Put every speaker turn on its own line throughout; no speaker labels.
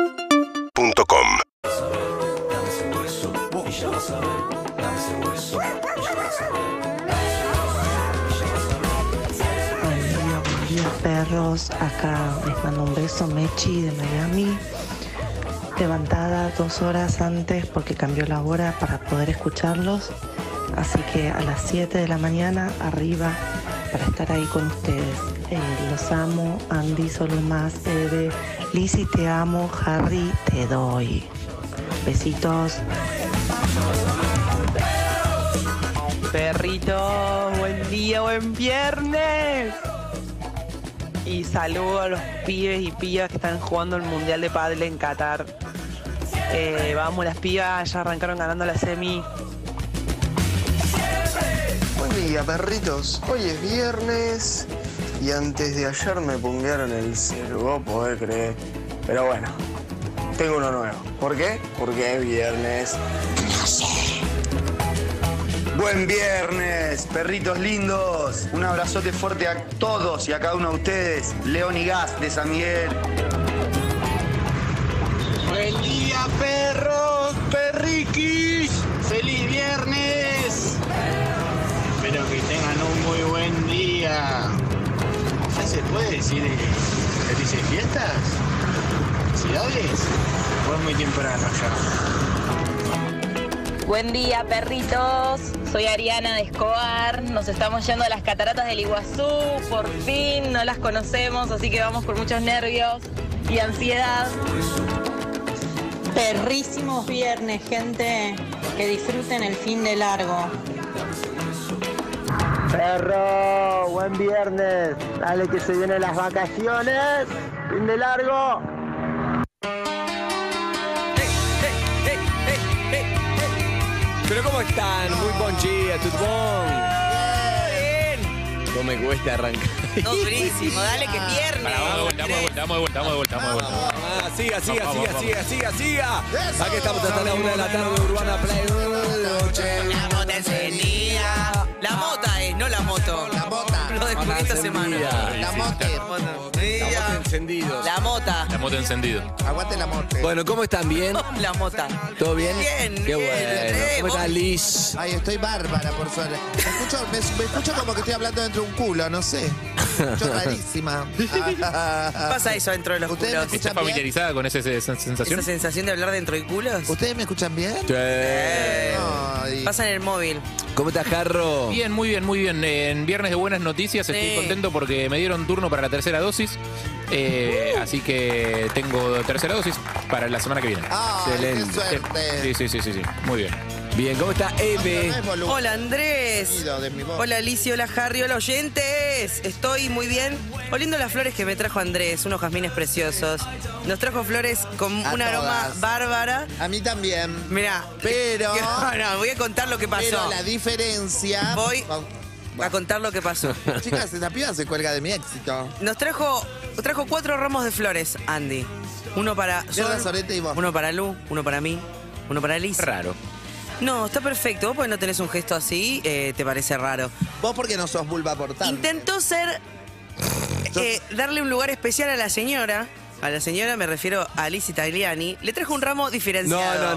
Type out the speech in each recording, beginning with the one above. UrbanaPlayFM.com
Buen día, perros. Acá les mando un beso, Mechi de Miami. Levantada dos horas antes porque cambió la hora para poder escucharlos. Así que a las 7 de la mañana arriba para estar ahí con ustedes. Eh, los amo, Andy, solo más, Eve, Lizzy, te amo, Harry, te doy. Besitos.
Perritos, buen día, buen viernes. Y saludo a los pibes y pibas que están jugando el Mundial de Padre en Qatar. Eh, vamos, las pibas ya arrancaron ganando la semi.
Buen día, perritos. Hoy es viernes y antes de ayer me punguearon el celu, vos podés creer. Pero bueno, tengo uno nuevo. ¿Por qué? Porque es viernes. No sé. Buen viernes, perritos lindos. Un abrazote fuerte a todos y a cada uno de ustedes. León y Gas de San Miguel.
Buen día, perros, perriquis. Feliz viernes. Espero que tengan un muy buen día. ¿Ya se puede decir eh, felices fiestas? ¿Ciudades? Fue muy temprano ya.
Buen día, perritos. Soy Ariana de Escobar. Nos estamos yendo a las cataratas del Iguazú. Por fin, no las conocemos, así que vamos con muchos nervios y ansiedad.
Perrísimos viernes, gente. Que disfruten el fin de largo.
Perro, buen viernes. Dale que se vienen las vacaciones. Fin de largo.
Pero ¿cómo están? Muy buen día, ¿todo bien? No me cuesta arrancar.
No, durísimo, dale que viernes.
Pará, vamos de vuelta, vamos de vuelta, vamos de vuelta, vamos de vuelta, vamos de vuelta.
Ah, siga, siga,
Vamos,
siga,
vamos.
siga, siga, siga. ah, Aquí estamos hasta la una de la tarde, Urbana Play.
La mota encendida. La mota es, no la moto. La mota. Lo descubrí esta semana.
La mote.
La
Estamos
mota encendida.
encendidos.
La mota.
La moto encendido.
Bueno, ¿cómo están? ¿Bien?
La mota.
¿Todo bien?
Bien,
Qué
bien,
bueno.
eh,
¿Cómo
vos-
está Liz?
Ay, estoy bárbara, por suerte. Me escucho, me, me escucho como que estoy hablando dentro de un culo, no sé. Me escucho rarísima.
Pasa eso dentro de los
Ah. Ustedes
culos.
¿Estás
me escuchan bien?
familiarizada con esa, esa sensación?
Esa sensación de hablar dentro de culos.
¿Ustedes me escuchan bien?
Che.
Ay.
Pasa en el móvil.
¿Cómo estás, Jarro?
Bien, muy bien, muy bien. En viernes de buenas noticias estoy
Sí.
contento porque me dieron turno para la tercera dosis. Eh, así que tengo tercera dosis para la semana que viene.
Ah,
Ay,
Excelente.
qué suerte.
Sí, sí, sí, sí, sí. Muy bien.
Bien, ¿cómo está Eve?
No es volumen
Hola Andrés.
sonido de mi voz.
Hola Alicia, hola Harry, hola oyentes. Estoy muy bien. Oliendo las flores que me trajo Andrés, unos jazmines preciosos. Nos trajo flores con
A
un aroma
todas.
bárbara.
A mí también.
Mirá.
Pero-
No, no, voy a contar lo que pasó.
Pero la diferencia.
Voy
Bueno,
a contar lo que pasó.
Chicas, esta piba se cuelga de mi éxito.
Nos trajo, trajo cuatro ramos de flores, Andy. Uno para Sol,
Mierda, Sorete y vos.
uno para Lu, uno para mí, uno para Liz.
Raro.
No, está perfecto. Vos porque no tenés un gesto así, eh, te parece raro.
Vos porque no sos vulva portante.
Intentó ser. eh, darle un lugar especial a la señora. A la señora me refiero a Alicia Tagliani. Le trajo un ramo
No,
diferenciado.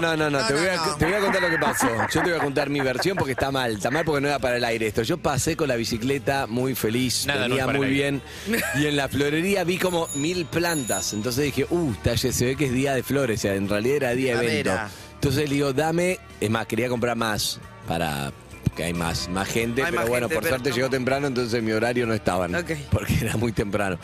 no, no, no, no.
No,
Te,
no,
voy a,
no.
te voy a contar lo que pasó. Yo te voy a contar mi versión porque está mal. Está mal porque no era para el aire esto. Yo pasé con la bicicleta muy feliz,
Nada, no
venía
es para
muy
el aire.
bien. Y en la florería vi como mil plantas. Entonces dije, uh, talle, se ve que es día de flores. O sea, en realidad era día de evento.
Primavera.
Entonces le digo, dame. Es más, quería comprar más para. Que hay más, más gente,
Hay
pero
más
bueno,
gente,
por
pero
suerte
no.
llegó temprano, entonces mi horario no estaba. ¿no?
Ok.
Porque era muy temprano.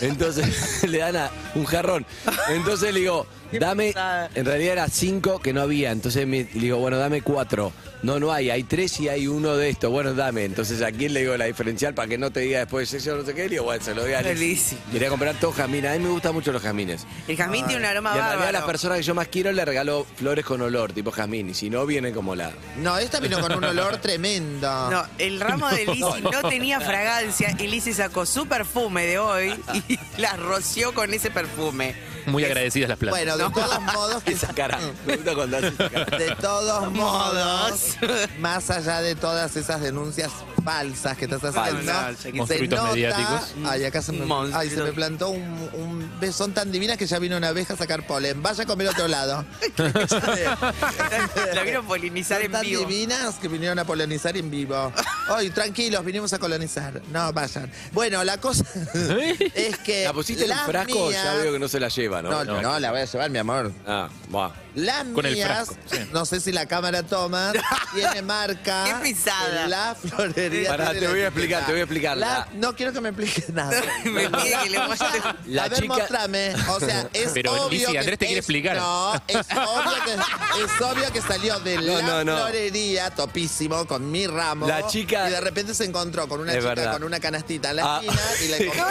Entonces le dan a un jarrón. Entonces le digo,
Qué
dame.
pesada.
En realidad era cinco que no había, entonces me, le digo, bueno, dame cuatro. No, no hay, hay tres y hay uno de estos. Bueno, dame. Entonces, ¿a quién le digo la diferencial para que no te diga después eso no sé qué? Le digo, bueno, se lo doy a Alex.
Buenísimo.
Quería comprar todos jamines. A mí me gustan mucho los jamines.
El jazmín tiene
Y
un aroma
en realidad a la
bárbaro.
persona que yo más quiero le regalo flores con olor, tipo jazmín. Y si no, viene como la...
No, esta vino con un olor tremendo.
No, el ramo de Lizzy no tenía fragancia y Lizzy sacó su perfume de hoy y la roció con ese perfume.
Muy agradecidas las plantas.
Bueno, de todos modos, Mm.
Esa cara. Me gusta cuando hace esa cara.
De todos
Modos.
modos, más allá de todas esas denuncias falsas que estás haciendo.
Falsas,
Se
monstruitos
nota-
mediáticos.
Ay, acá se me, ay, se me plantó un, un beso. Son tan divinas que ya vino una abeja a sacar polen. Vaya a comer a otro lado.
La vieron polinizar en
Son tan
vivo.
divinas que vinieron a polinizar en vivo. Hoy, tranquilos, vinimos a colonizar. No, vayan. Bueno, la cosa es que.
¿La pusiste en un
Eh, las
frasco? Ya
mías-
veo que no se la lleva, ¿no?
No, no, no, la voy a llevar, mi amor.
Ah, va.
Las
Con el
mías,
frasco, sí.
no sé si la cámara toma, tiene marca.
Qué pisada.
en La florería.
Pará,
tiene
te
la
voy a
etiqueta.
explicar, te voy a explicar.
La- no quiero que me expliques nada.
Me pide que le muestre.
La
a ver,
chica-
mostrame. O sea, es
Pero
obvio.
Lizzy
que
Andrés te quiere
es-
explicar.
No, es obvio que, es obvio que salió de
No,
la
no, no.
florería, topísimo, con mi ramo.
La chica-
Y de repente se encontró con una
Es
chica
verdad.
con una canastita en la
Ah.
esquina y le compró.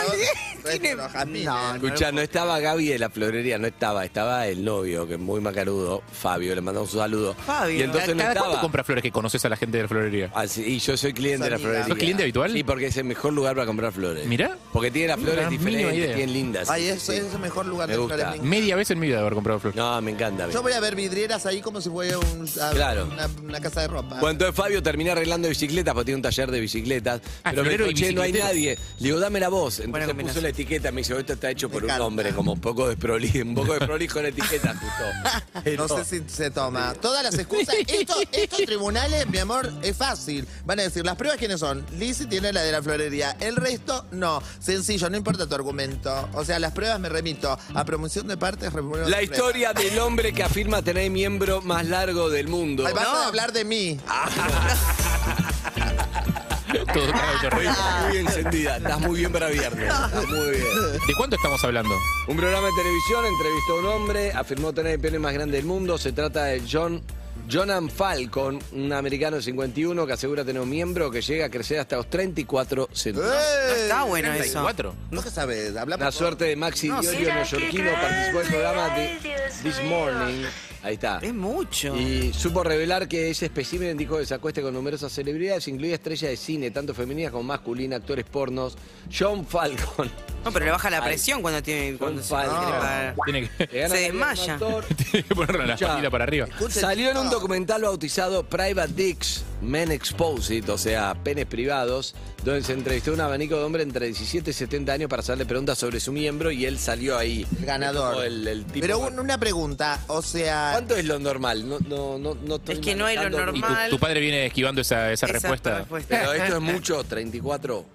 tres rojamines.
Escuchá, no estaba Gaby de la florería, no estaba, estaba el novio, que es muy macarudo, Fabio, le mandamos un saludo.
Fabio.
Y entonces no
¿Cada cuánto
estaba.
compras flores que conoces a la gente de la florería?
Así- y yo soy cliente de la
Amiga.
florería.
¿Sos cliente habitual?
Sí, porque es el mejor lugar para comprar flores.
Mirá.
Porque tiene las
Mirá,
flores
mínima idea.
diferentes, bien lindas.
Ay, eso es el mejor lugar
Me
de
gusta.
flores, me
Media vez en mi vida de haber comprado flores.
No, me encanta. a mí.
Yo voy a ver vidrieras ahí como si fuera un- a-
Claro.
una, una casa de ropa.
Ah. Cuando es Fabio, terminé arreglando bicicletas, porque tiene un taller de bicicletas.
Ah,
pero me
florero
dijo,
y
che, no hay nadie.
bicicletero.
Le digo, dame la voz. Entonces puso
combinación.
la etiqueta, me dice, esto está hecho por un
encanta.
hombre, como un poco desprolijo, un poco desprolijo en la etiqueta, justo.
no
Pero-
sé si se toma. Todas las excusas. Esto- estos tribunales, mi amor, es fácil. Van a decir, ¿las pruebas quiénes son? Lizzy tiene la de la florería. El resto, no. Sencillo, no importa tu argumento. O sea, las pruebas me remito a promoción de partes, remuneración
La
de pruebas.
historia del hombre que afirma tener miembro más largo del mundo.
Ay, basta de hablar de mí.
Ah,
Todo tan autorreferido.
Estás muy encendida, estás muy bien para viernes. Estás muy bien.
¿De cuánto estamos hablando?
Un programa de televisión entrevistó a un hombre, afirmó tener el pene más grande del mundo. Se trata de John. Jonan Falcon, un americano de 51 que asegura tener un miembro que llega a crecer hasta los 34
Eh.
centímetros.
No
¡Ey!
está bueno eso.
¿34?
¿No que sabes? Hablamos
La suerte de Maxi Diorio neoyorquino participó del programa de This Morning. Ahí está.
Es mucho.
Y supo revelar que ese espécimen dijo que se acueste con numerosas celebridades, incluida estrellas de cine, tanto femeninas como masculinas, actores pornos. John Falcon.
No, pero le baja la
Ay.
presión cuando tiene. Cuando
Son
se-
falsos.
tiene para-
Tiene que,
Le gana
Se
la vida a un
desmaya.
actor.
tiene que ponerlo en la
Escuchá.
espalda para arriba.
Escuchen,
Salió en un
ah.
documental bautizado Private Dicks, Men Exposit, o sea, penes privados, donde se entrevistó un abanico de hombres entre 17 y 70 años para hacerle preguntas sobre su miembro y él salió ahí.
El ganador.
Como El, el tipo
Pero un- una pregunta, o sea,
¿Cuánto es lo normal? No, no, no, no estoy
Es que no es lo
manejando-
Y
normal.
tu, tu padre viene esquivando esa, esa
Exacto,
respuesta.
Pero esto es mucho, 34.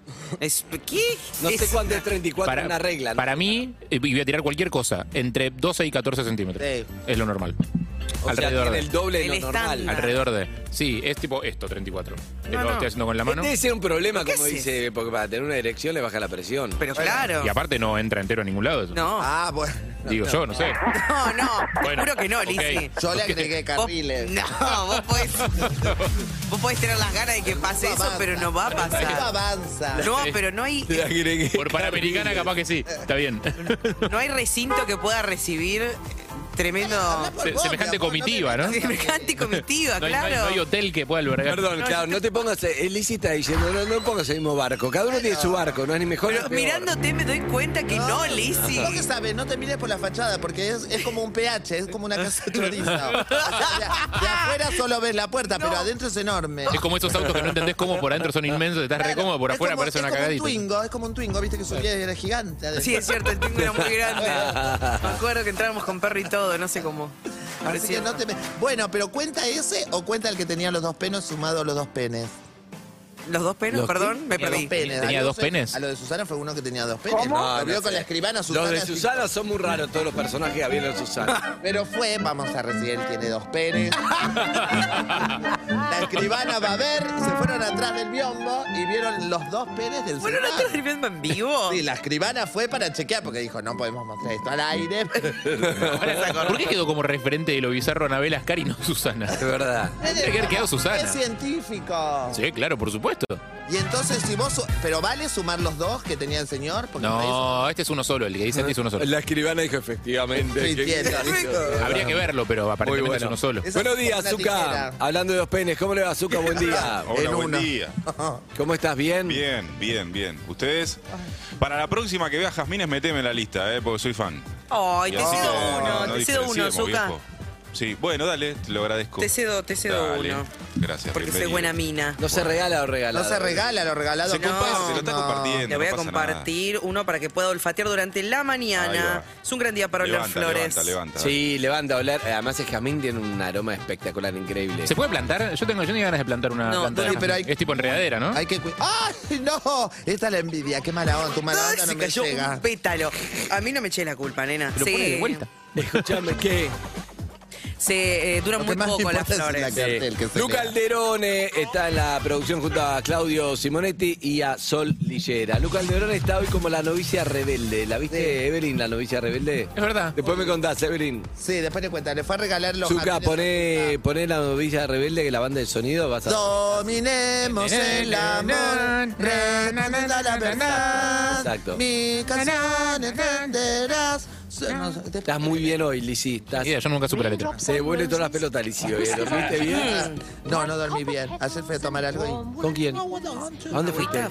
Es- ¿Qué?
No sé
Es-
cuánto es 34 una regla. ¿no?
para mí, eh, y voy a tirar cualquier cosa, entre 12 y 14 centímetros.
Sí.
Es lo normal.
o sea,
alrededor
tiene
de.
el doble de
El
lo normal.
estándar.
Alrededor de. Sí, es tipo esto, 34. Te lo
no.
estoy haciendo con la mano.
Debe ser un problema,
qué
como
haces?
dice, porque para tener una erección le baja la presión.
Pero claro.
Y aparte no entra entero a ningún lado. eso.
No.
ah, bueno.
Digo yo, no sé.
No, no.
Bueno,
Juro que no,
ok.
Lizzy.
Yo le agregué
Vos-
carriles.
Oh, No, vos podés, vos podés tener las ganas de que pase eso,
avanza.
pero no va a
Esto
pasar.
avanza.
No, pero no hay,
Le agregué
Por Panamericana capaz que sí. Está bien.
no hay recinto que pueda recibir eh, tremendo.
por
Se-
vos,
semejante
mi amor,
comitiva,
no
¿no?
me-
Semejante comitiva,
No hay, no hay-
claro.
no hay hotel que pueda albergar.
Perdón, claro, no te pongas. El Lizzy está diciendo, no, no pongas el mismo barco. Cada uno tiene su barco, no es ni mejor
Pero
ni peor.
mirándote me doy cuenta que no, Lizzy.
Vos que sabes, no te mires por la fachada porque es, es como un pH, es como una casa de chorizo. O sea, de, de afuera solo ves la puerta, pero adentro es enorme.
Es como esos autos que no entendés cómo por adentro son inmensos, estás re
Claro,
cómodo, por
es
afuera
como-
parece una
Es
cagadita.
como un twingo, es como un twingo, viste que su pie era gigante. adentro.
Sí, es cierto, el tingo era muy grande. Me acuerdo que entrábamos con perro y todo, no sé cómo.
Así que no te me- Bueno, pero ¿cuenta ese o cuenta el que tenía los dos penos sumado a los dos penes?
¿Los dos penos,
Los-
perdón? Me
Los dos
perdí.
penes.
¿Tenía
A lo
dos
de-
penes?
A lo de Susana fue uno que tenía dos penes.
¿Cómo?
Lo
No,
vio
no
con
sé.
la escribana Susana.
Los de
sí.
Susana son muy raros, todos los personajes que había en los Susana.
Pero fue, vamos a recibir, tiene dos penes. La escribana va a ver, se fueron atrás del biombo y vieron los dos penes del
Bueno,
celular.
¿no estás viendo en vivo?
Sí, la escribana fue para chequear porque dijo, no podemos mostrar esto al aire.
¿Por qué quedó como referente de lo bizarro Anabel Ascari y no Susana?
Es verdad.
Tiene que haber quedado Susana.
Es científico.
Sí, claro, por supuesto.
Y entonces, si vos. su- Pero vale sumar los dos que tenía el señor. Porque
No, este es uno solo, el que dice este es uno solo.
La escribana dijo, efectivamente.
Sí,
que-
tiene, dijo.
Habría que verlo, pero
Muy
aparentemente es
bueno.
uno solo.
Es-
Buenos días,
Una
Zuka.
tijera.
Hablando de los penes, ¿cómo le va, Zuka? Buen día.
Hola,
En
buen
una.
día.
¿Cómo estás? ¿Bien?
Bien, bien, bien. Ustedes, para la próxima que vea Jasmines, meteme en la lista, eh, porque soy fan.
Ay,
Y
te
así
cedo
que no-
uno,
no
te cedo uno,
diferenciemos,
Zuka.
viejo. Sí, bueno, dale, te lo agradezco.
Te cedo, te cedo
Dale.
uno.
Gracias,
Porque soy
bienvenido.
buena mina.
No se regala o regalado.
No se regala lo regalado.
Se
no.
comparte, lo está compartiendo,
Te voy
no
a
pasa nada.
compartir uno para que pueda olfatear durante la
Ahí
mañana.
va.
Es un gran día para oler
Levanta,
flores.
levanta, levanta.
Sí, levanta a oler. Además, el jazmín tiene un aroma espectacular, increíble.
¿Se puede plantar? Yo tengo yo ni ganas de plantar una
No,
planta.
Tony,
de-
pero hay-
Es tipo enredadera, ¿no?
Hay que cuidar. ¡Ay, no! Esta es la envidia. Qué mala onda. Tu mala
Ay,
onda no
se
me
cayó
llega.
un pétalo. A mí no me eché la culpa, nena.
Pero
sí.
pone de vuelta.
Escúchame, ¿qué?
Se eh, duran
Lo que
muy
más
poco
importa
las
es la
flores.
que- Cartel que se
Luca
lea.
Alderone está en la producción junto a Claudio Simonetti y a Sol Lillera. Luca Alderone está hoy como la novicia rebelde. ¿La viste, Evelyn, la novicia rebelde?
Es verdad.
Después me contás, Evelyn.
Sí, después le cuenta. Le fue a regalar los
Zucca,
jardines
poné, poné la novicia rebelde que la banda del sonido vas a...
Dominemos el amor, representa la verdad.
Exacto.
Mi canción entenderás. Se- no, se-
Estás muy bien hoy, Lizzy. Estás...
Idea, yo nunca supe la letra.
Se vuelve todas las pelotas, Lizzy. hoy, ¿eh? ¿Dormiste bien?
No, no dormí bien. Ayer fui a tomar algo
¿Con quién? ¿A dónde fuiste?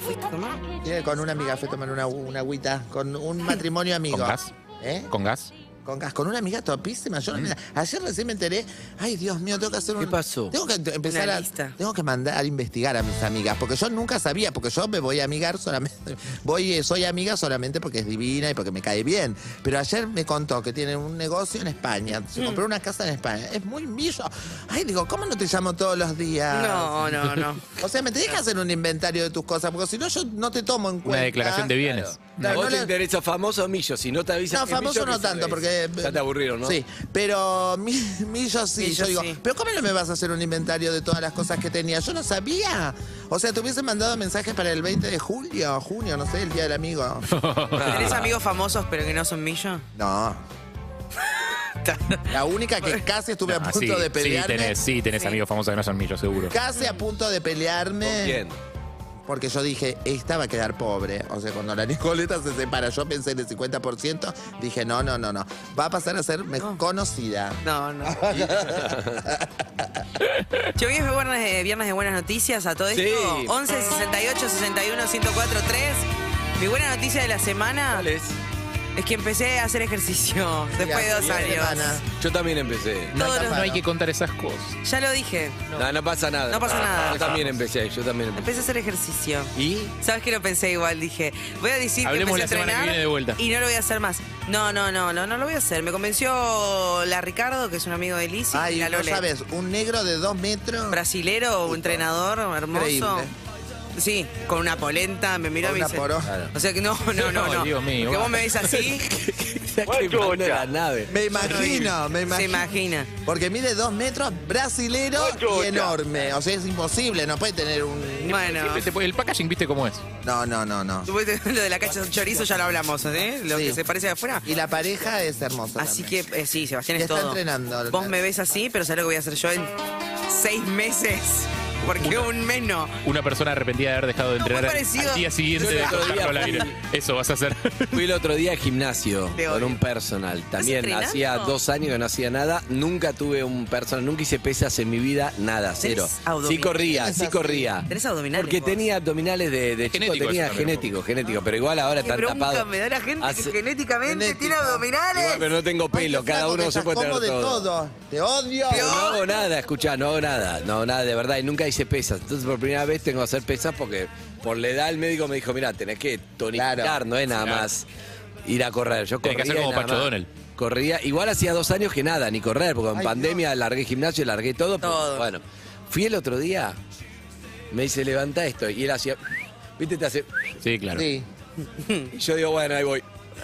y eh, con una amiga fui a tomar una, una agüita con un matrimonio amigo.
¿Con gas?
¿Eh?
¿Con gas?
Con gas, con una amiga topísima. Yo, mira,
Mm.
ayer recién me enteré. Ay, Dios mío, tengo que hacer un.
¿Qué pasó?
Tengo que ent- empezar
Una
a.
lista.
Tengo que mandar a investigar a mis amigas, porque yo nunca sabía, porque yo me voy a amigar solamente. Voy, eh, soy amiga solamente porque es divina y porque me cae bien. Pero ayer me contó que tiene un negocio en España. Se
Mm.
compró una casa en España. Es muy millo. Ay, digo, ¿cómo no te llamo todos los días?
No, no, no.
O sea, me tenés que hacer un inventario de tus cosas, porque si no, yo no te tomo en cuenta.
Una declaración de bienes.
Claro,
¿Vos
no
te
le-
interesa famoso o millo? Si no te avisas...
no,
que es
famoso
millo,
no
¿qué
tanto,
sabés?
porque.
Ya te aburrieron, ¿no?
Sí, pero mi, mi yo sí.
Mi
yo
yo
digo,
sí.
¿pero cómo no me vas a hacer un inventario de todas las cosas que tenía? Yo no sabía. O sea, te hubiesen mandado mensajes para el 20 de julio, junio, no sé, el día del amigo.
¿Tenés amigos famosos pero que no son millo?
No. La única que casi estuve a
Ah,
punto
sí,
de
sí,
pelearme.
tenés, sí, tenés amigos famosos que no son millos, seguro.
Casi a punto de pelearme.
¿Quién?
Porque yo dije, esta va a quedar pobre. O sea, cuando la Nicoleta se separa, yo pensé en el 50%, dije, no, no, no, no. Va a pasar a ser me- conocida.
No, no. Yo hoy es viernes de, viernes de buenas noticias a todo esto.
Sí.
11 68 61 1043. Mi buena noticia de la semana
¿Cuál es?
es que empecé a hacer ejercicio después de dos
Bien,
años.
hermana.
Yo también empecé.
No,
Todos
hay-
los-
no hay que contar esas cosas.
Ya lo dije.
No, no pasa nada. Ah,
No pasa nada.
Yo también empecé, yo también empecé.
Empecé a hacer ejercicio.
¿Y?
¿Sabes que lo pensé igual? Dije, voy a decir
Hablemos
que empecé
la semana
a
que
entrenar
viene de vuelta.
Y no lo voy a hacer más. No, no, no, no, no lo voy a hacer. Me convenció la Ricardo, que es un amigo de Lizzy.
Ay,
la
no
Lole.
sabes, un negro de dos metros.
Brasilero, un entrenador hermoso.
Increíble.
Sí, con una polenta, me miró
Con
y me
una
dice.
poro-
O sea que no, no, no,
No,
no.
Dios mío.
que vos me veis así,
Está quemando la nave.
Me imagino, me
se
imagino.
imagina.
Porque mide dos metros, brasilero y enorme. O sea, es imposible, no puede tener un...
Bueno,
Siempre te puede- El packaging, viste cómo es.
No, no, no, no.
lo de la cacha de chorizo ya lo hablamos, ¿eh? Lo
Sí.
que se parece de afuera.
Y la pareja es hermosa.
Así
también.
que eh, sí, Sebastián
Y
es
está
todo.
entrenando.
Vos me ves así, pero ¿sabés lo que voy a hacer yo en seis meses? Porque un mes no.
Una persona arrepentida de haber dejado de
No,
entrenar
muy
al
parecido.
día siguiente
Yo
de
el otro
tocarlo al
día
aire. Eso vas a hacer.
Fui el otro día al gimnasio
Te
con
odio.
un personal. También
entrenando?
hacía dos años que no hacía nada. Nunca tuve un personal, nunca hice pesas en mi vida, nada, cero. Sí
abdominales?
corría, sí corría.
Tenés abdominales.
Porque
vos.
tenía abdominales de, de chico,
Genético
tenía
eso también,
genético, genético. Pero igual ahora
Qué
están
bronca
tapados.
me da la gente
Hace-
que genéticamente tiene
Genética.
abdominales.
Igual, pero no tengo pelo,
Ay, qué
cada
flaco
uno
que
se
estás,
puede tener
como de todo.
todo.
Te odio.
Pero no hago nada, escuchá, no hago nada, no hago nada de verdad y nunca hice pesas. Entonces por primera vez tengo que hacer pesas porque por la edad el médico me dijo, mira, tenés que tonificar,
Claro.
no es nada
Claro.
más ir a correr. Yo
Tenés
corría
que hacer
y
como
nada
Pacho
más.
O'Donnell.
Corría, igual hacía dos años que nada, ni correr, porque en
Ay,
pandemia largué gimnasio, largué todo. pero
Todo.
Bueno, fui el otro día, me dice, levanta esto, y él hacía, viste, te hace...
Sí, claro.
Sí.
Y yo digo, bueno, ahí voy.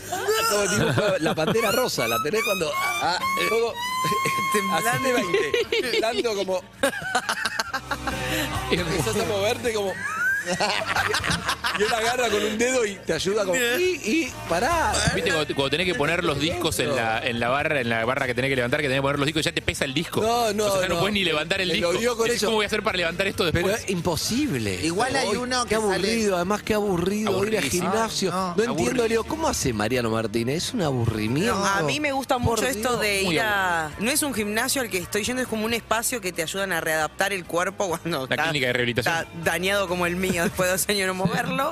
Como tipo, la pantera rosa, la tenés cuando. Ah, luego, temblando. 20, temblando como. Y empezás a moverte como. Y él agarra con un dedo y te ayuda como. Y, y pará.
Viste cuando, cuando tenés que poner los discos en la, en la barra, en la barra que tenés que levantar, que tenés que poner los discos, ya te pesa el disco.
No, no,
Entonces ya no,
no.
puedes ni levantar el
Me lo
disco.
dio con
Decís,
eso.
¿Cómo voy a hacer para levantar esto después?
Pero es imposible.
Igual hay
Hoy,
uno que
Qué
sale-
aburrido, además qué aburrido ir al
Aburridísimo.
gimnasio.
Ah,
no
no.
entiendo, Leo, ¿cómo hace Mariano Martínez? Es un aburrimiento.
No, a mí me gusta
Por
mucho esto
Dios.
de
Muy
ir a. No es un gimnasio al que estoy yendo, es como un espacio que te ayudan a readaptar el cuerpo cuando
La
está,
clínica de rehabilitación.
está dañado como el mío. años, después de dos años de no moverlo.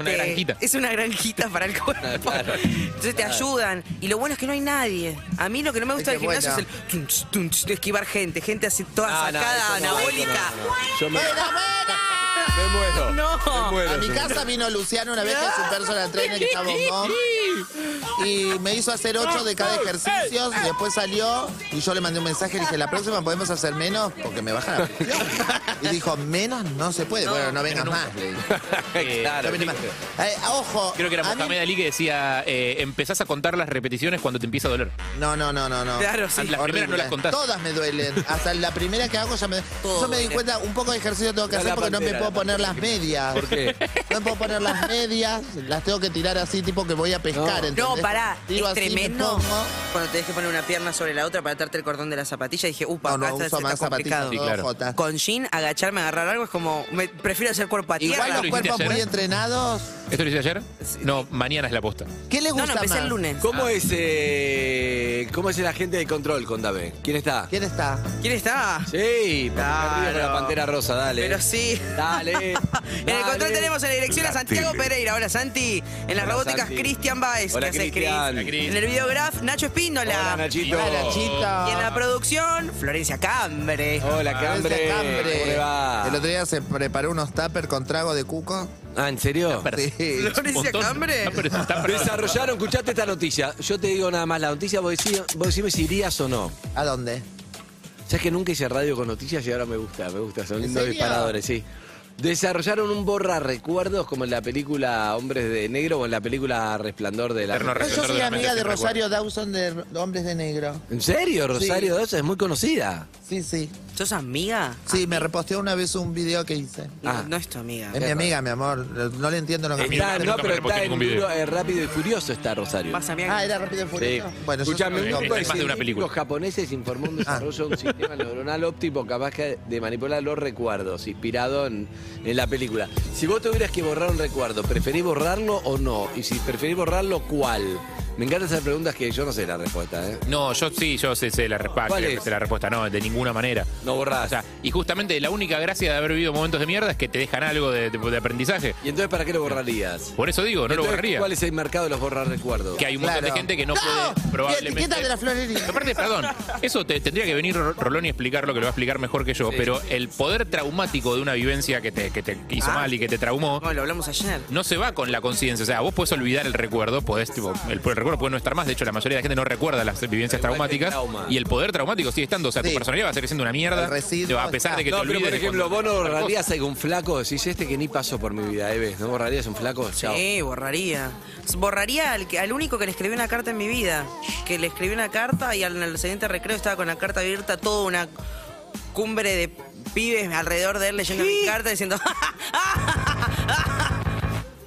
Una
te-
granjita.
Es una granjita para el cuerpo.
Claro.
Entonces te
Claro.
ayudan. Y lo bueno es que no hay nadie. A mí lo que no me gusta
Es
del
que
gimnasio
bueno.
es el tunch, tunch, de esquivar gente. Gente así toda
Ah, no,
sacada,
eso no,
anabólica.
eso no, no, no. Yo me,
¡Buena, buena!
me muero.
No.
me muero,
A mi
yo me
casa vino Luciano una vez que su personal trainer que está bombón y me hizo hacer ocho de cada ejercicio y después salió y yo le mandé un mensaje y le dije, la próxima podemos hacer menos porque me bajan la presión. Y dijo, menos no se puede. Bueno, no vengas más. le dije.
Eh,
No
claro.
vengas más. Eh, ojo.
Creo que era
a mí-
Mohamed Ali que decía, eh, empezás a contar las repeticiones cuando te empieza a doler.
No, no, no, no, no.
Claro, sí.
Las primeras no las contás.
Todas me duelen. Hasta la primera que hago ya me.
Todo
Yo me di
duele.
cuenta, un poco de ejercicio tengo que
Era
hacer
la
porque no me
pantera,
puedo
la
poner las medias.
¿Por qué?
No me puedo poner las medias, las tengo que tirar así, tipo que voy a pescar. ¿entendés?
No, pará,
Tiro
es
así, me
tremendo.
pongo.
Cuando tenés que poner una pierna sobre la otra para atarte el cordón de la zapatilla, dije, upa,
No,
acá
no
está,
uso
está
más zapatillas,
complicado.
todo
Sí, claro.
jota.
Con jean, agacharme, agarrar algo, es como, me, prefiero hacer cuerpo a tierra.
Igual los
hiciste
cuerpos
ayer?
muy entrenados.
¿Esto lo hice ayer? No, mañana es la posta.
¿Qué les
no,
gusta
no, empecé
más?
el lunes.
¿Cómo es, eh, ¿Cómo es el agente de control? Contame. ¿Quién está?
¿Quién está?
¿Quién está?
Sí, para arriba con la pantera rosa, dale.
Pero sí.
Dale.
En el
dale.
control tenemos en la dirección a
La
Santiago
tele.
Pereira. Hola, Santi. En las
Hola,
robóticas,
Santi.
Cristian Baez.
Hola,
¿Qué haces, Cris?
Cristian.
Hola, Cris.
En el videograph, Nacho Espíndola.
Hola, Nachito.
Hola, Nachito.
Y en la producción, Florencia Cambre.
Hola, Cambre.
Florencia Cambre.
¿Cómo le va?
El otro día se preparó unos tuppers con trago de cuco.
Ah, ¿en serio?
Sí.
Florencia
Montón.
Cambre.
Está, pero está-
Desarrollaron, escuchaste esta noticia. Yo te digo nada más la noticia, vos, decí- vos decime si irías o no.
¿A dónde?
¿Sabes que nunca hice radio con noticias y ahora me gusta, me gusta, son
¿En
lindos
serio?
disparadores, sí. Desarrollaron un borra recuerdos como en la película Hombres de Negro o en la película Resplandor de la
Eterno
Pues Yo
Resplandor
soy
de la
amiga
mente,
de
sin
Rosario Dawson de R- Hombres de Negro.
¿En serio? Rosario Dawson es muy conocida.
Sí, sí.
¿Sos amiga?
Sí, me reposteó una vez un video que hice.
No,
Ah.
No es tu amiga.
Es mi amiga, mi amor. No le entiendo lo que me
Está,
dice.
no,
nunca me
pero
reposté
está en
ningún video.
Duro, eh, Rápido y Furioso está Rosario.
Más amiga
Ah,
que-
era rápido y
Sí.
furioso. Bueno, yo
Escuchame,
soy
un grupo
hay
un
de
hombre.
más de una película.
científicos japoneses informó un desarrollo de un sistema neuronal óptico capaz que- de manipular los recuerdos, inspirado en, en la película. Si vos tuvieras que borrar un recuerdo, ¿preferís borrarlo o no? Y si preferís borrarlo, ¿cuál? Me encantan esas preguntas que yo no sé la respuesta, ¿eh?
No, yo sí, yo sé, sé la, respa-
¿Cuál
sé-
es?
sé la respuesta. No, de ninguna manera.
No borrás.
O sea, y justamente la única gracia de haber vivido momentos de mierda es que te dejan algo de, de- de aprendizaje.
¿Y entonces para qué lo borrarías?
Por eso digo, no lo
Entonces,
borraría.
¿Cuál es el mercado de los borrar recuerdos?
Que hay un montón de
Claro.
gente que no,
¡No!
puede probablemente.
etiqueta de la florería.
Aparte, perdón, eso te, tendría que venir Ro- Rolón y explicarlo, que lo va a explicar mejor que yo,
Sí.
pero el poder traumático de una vivencia que te, que te hizo
Ah.
mal y que te traumó.
Bueno, lo hablamos ayer.
No se va con la conciencia, o sea, vos podés olvidar el recuerdo, podés, tipo, el, el recuerdo puede no estar más, de hecho la mayoría de la gente no recuerda las vivencias
Pero igual te
traumáticas
trauma.
y el poder traumático sigue estando, o sea, tu
Sí.
personalidad va a seguir siendo una mierda,
El residuo
te va- a pesar de que
no,
te
pero
olvides.
por
de
ejemplo, vos
cuando-
no borrarías a algún flaco, decís este que ni pasó por mi vida, Eves, ¿no borrarías un flaco? Chao.
Sí, borraría. Borraría al, que- al único que le escribí una carta en mi vida. Que le escribí una carta y al, en el siguiente recreo estaba con la carta abierta, toda una cumbre de pibes alrededor de él leyendo mi carta diciendo. "Ah,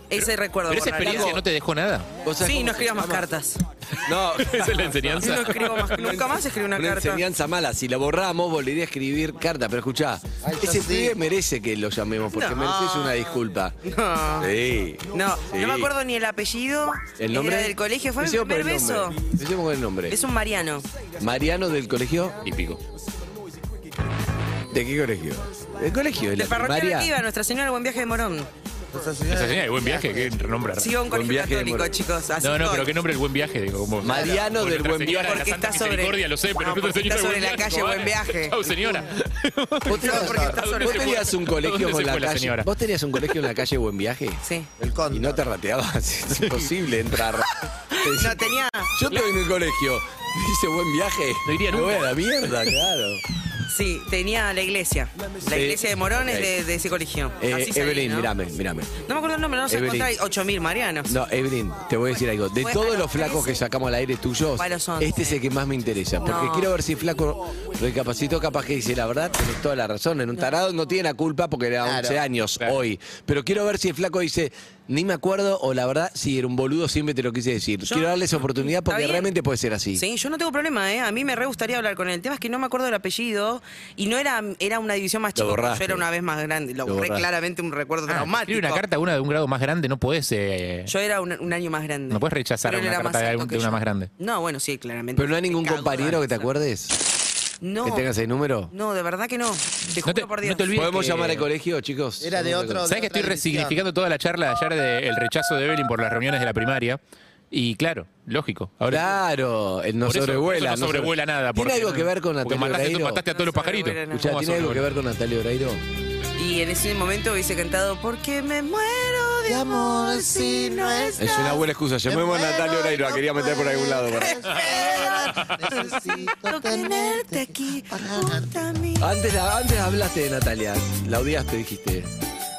Ese recuerdo.
Pero esa
borraría.
experiencia no te dejó nada.
¿Vos sabés
Sí,
cómo
no
se
escribas más
llama?
cartas.
No,
Esa es la enseñanza.
No escribo más, nunca más escribí una, carta.
enseñanza mala. Si la borramos, volvería a escribir carta. Pero escuchá,
Ay, yo
ese
sí.
pibe merece que lo llamemos porque
No.
mereces una disculpa.
No.
Sí.
No,
Sí.
no me acuerdo ni el apellido.
¿El nombre?
Era del colegio. Fue mi
Empecemos por
primer
el
beso.
nombre. Empecemos con el nombre.
Es un Mariano.
Mariano del colegio.
Y pico.
¿De qué colegio? Del colegio.
De
la
Parroquia
primaria.
Nativa, Nuestra Señora del Buen Viaje de Morón.
Esa
Esa
señora-
señal de buen viaje, qué nombre. raro.
Sigo un
Buen
colegio
Viaje de
católico,
Morón.
chicos. así
No, no,
estoy.
pero qué nombre el buen viaje, digo, como-
Mariano
Como
del
Nuestra
Buen
Señora de
Porque
la Santa
está sobre-
Misericordia, lo sé, pero
No,
Nuestra
porque
Señora del
está sobre
Buen
la
Viaje,
calle Buen
vale.
Viaje.
Chau, señora.
¿Vos tenías,
No, porque está
sobre
vos
el
tenías un
puerto.
colegio
¿Dónde
con
se
la
fue la
calle.
señora?
¿Vos tenías un colegio en la calle Buen Viaje?
Sí.
El cóndor.
Y no te rateabas. Es imposible entrar.
No tenía.
Yo estoy en el colegio. Dice buen viaje.
No iría
Me
nunca.
voy a la mierda, claro.
Sí, tenía la iglesia. La
Sí.
iglesia de Morón es
Ok.
de, de ese colegio.
Eh,
Así salí,
Evelyn,
¿no?
mirame, mirame.
No me acuerdo el nombre, no sé
Evelyn.
cuánto hay. 8.000 marianos.
No, Evelyn, te voy a decir algo. De
Fue
todos
para
los flacos que sacamos al aire tuyos,
Para los once.
este es el que más me interesa. Porque
No.
quiero ver si Flaco recapacitó, capaz que dice la verdad, tenés toda la razón. En un tarado no tiene la culpa porque era
Claro.
11 años
Claro.
hoy. Pero quiero ver si el Flaco dice, ni me acuerdo, o la verdad, si era un boludo, siempre te lo quise decir.
Yo-
quiero darle esa oportunidad
Está
porque
bien.
realmente puede ser así.
Sí, yo no tengo problema, ¿eh? A mí me re gustaría hablar con él. El tema es que no me acuerdo del apellido y no era, era una división más
Lo
chica. porque
borraste.
Yo era una vez más grande. Lo,
Lo
borré
borraste. Ah,
claramente un recuerdo
Escribe
traumático.
Ah, una carta a una de un grado más grande, no podés. eh,
Yo era un, un año más grande.
No puedes rechazar
Pero él
una
era
carta
más
de
alto
un-
que
de una
yo.
más grande.
No, bueno, sí, claramente.
Pero no hay ningún
Pecado,
compañero que te
¿verdad?
acuerdes.
No.
que tengas ese número?
No, de verdad que no. Te juro por Dios.
Eh,
¿Podemos llamar al colegio, chicos?
Era de
Llamamos al
otro-
colegio.
¿Sabes que estoy
tradición.
resignificando toda la charla de ayer del rechazo de Evelyn por las reuniones de la primaria? Y claro, lógico. Ahora
Claro, él no
Por eso-
sobrevuela.
por eso no sobrevuela nada,
¿Tiene
porque-
algo que ver con
porque
Natalia
mataste-
Oreiro?
mataste a todos los pajaritos.
sobrevuela nada.
Escuchá,
¿Cómo va a
¿tiene algo que ver con Natalia Oreiro?
Y en ese momento hubiese cantado Porque me muero de amor si no es
Es una buena excusa. Llamemos a Natalia Oreiro. La quería meter por algún lado.
Necesito tenerte aquí junto a mí.
Antes, antes hablaste de Natalia. La odiaste, dijiste.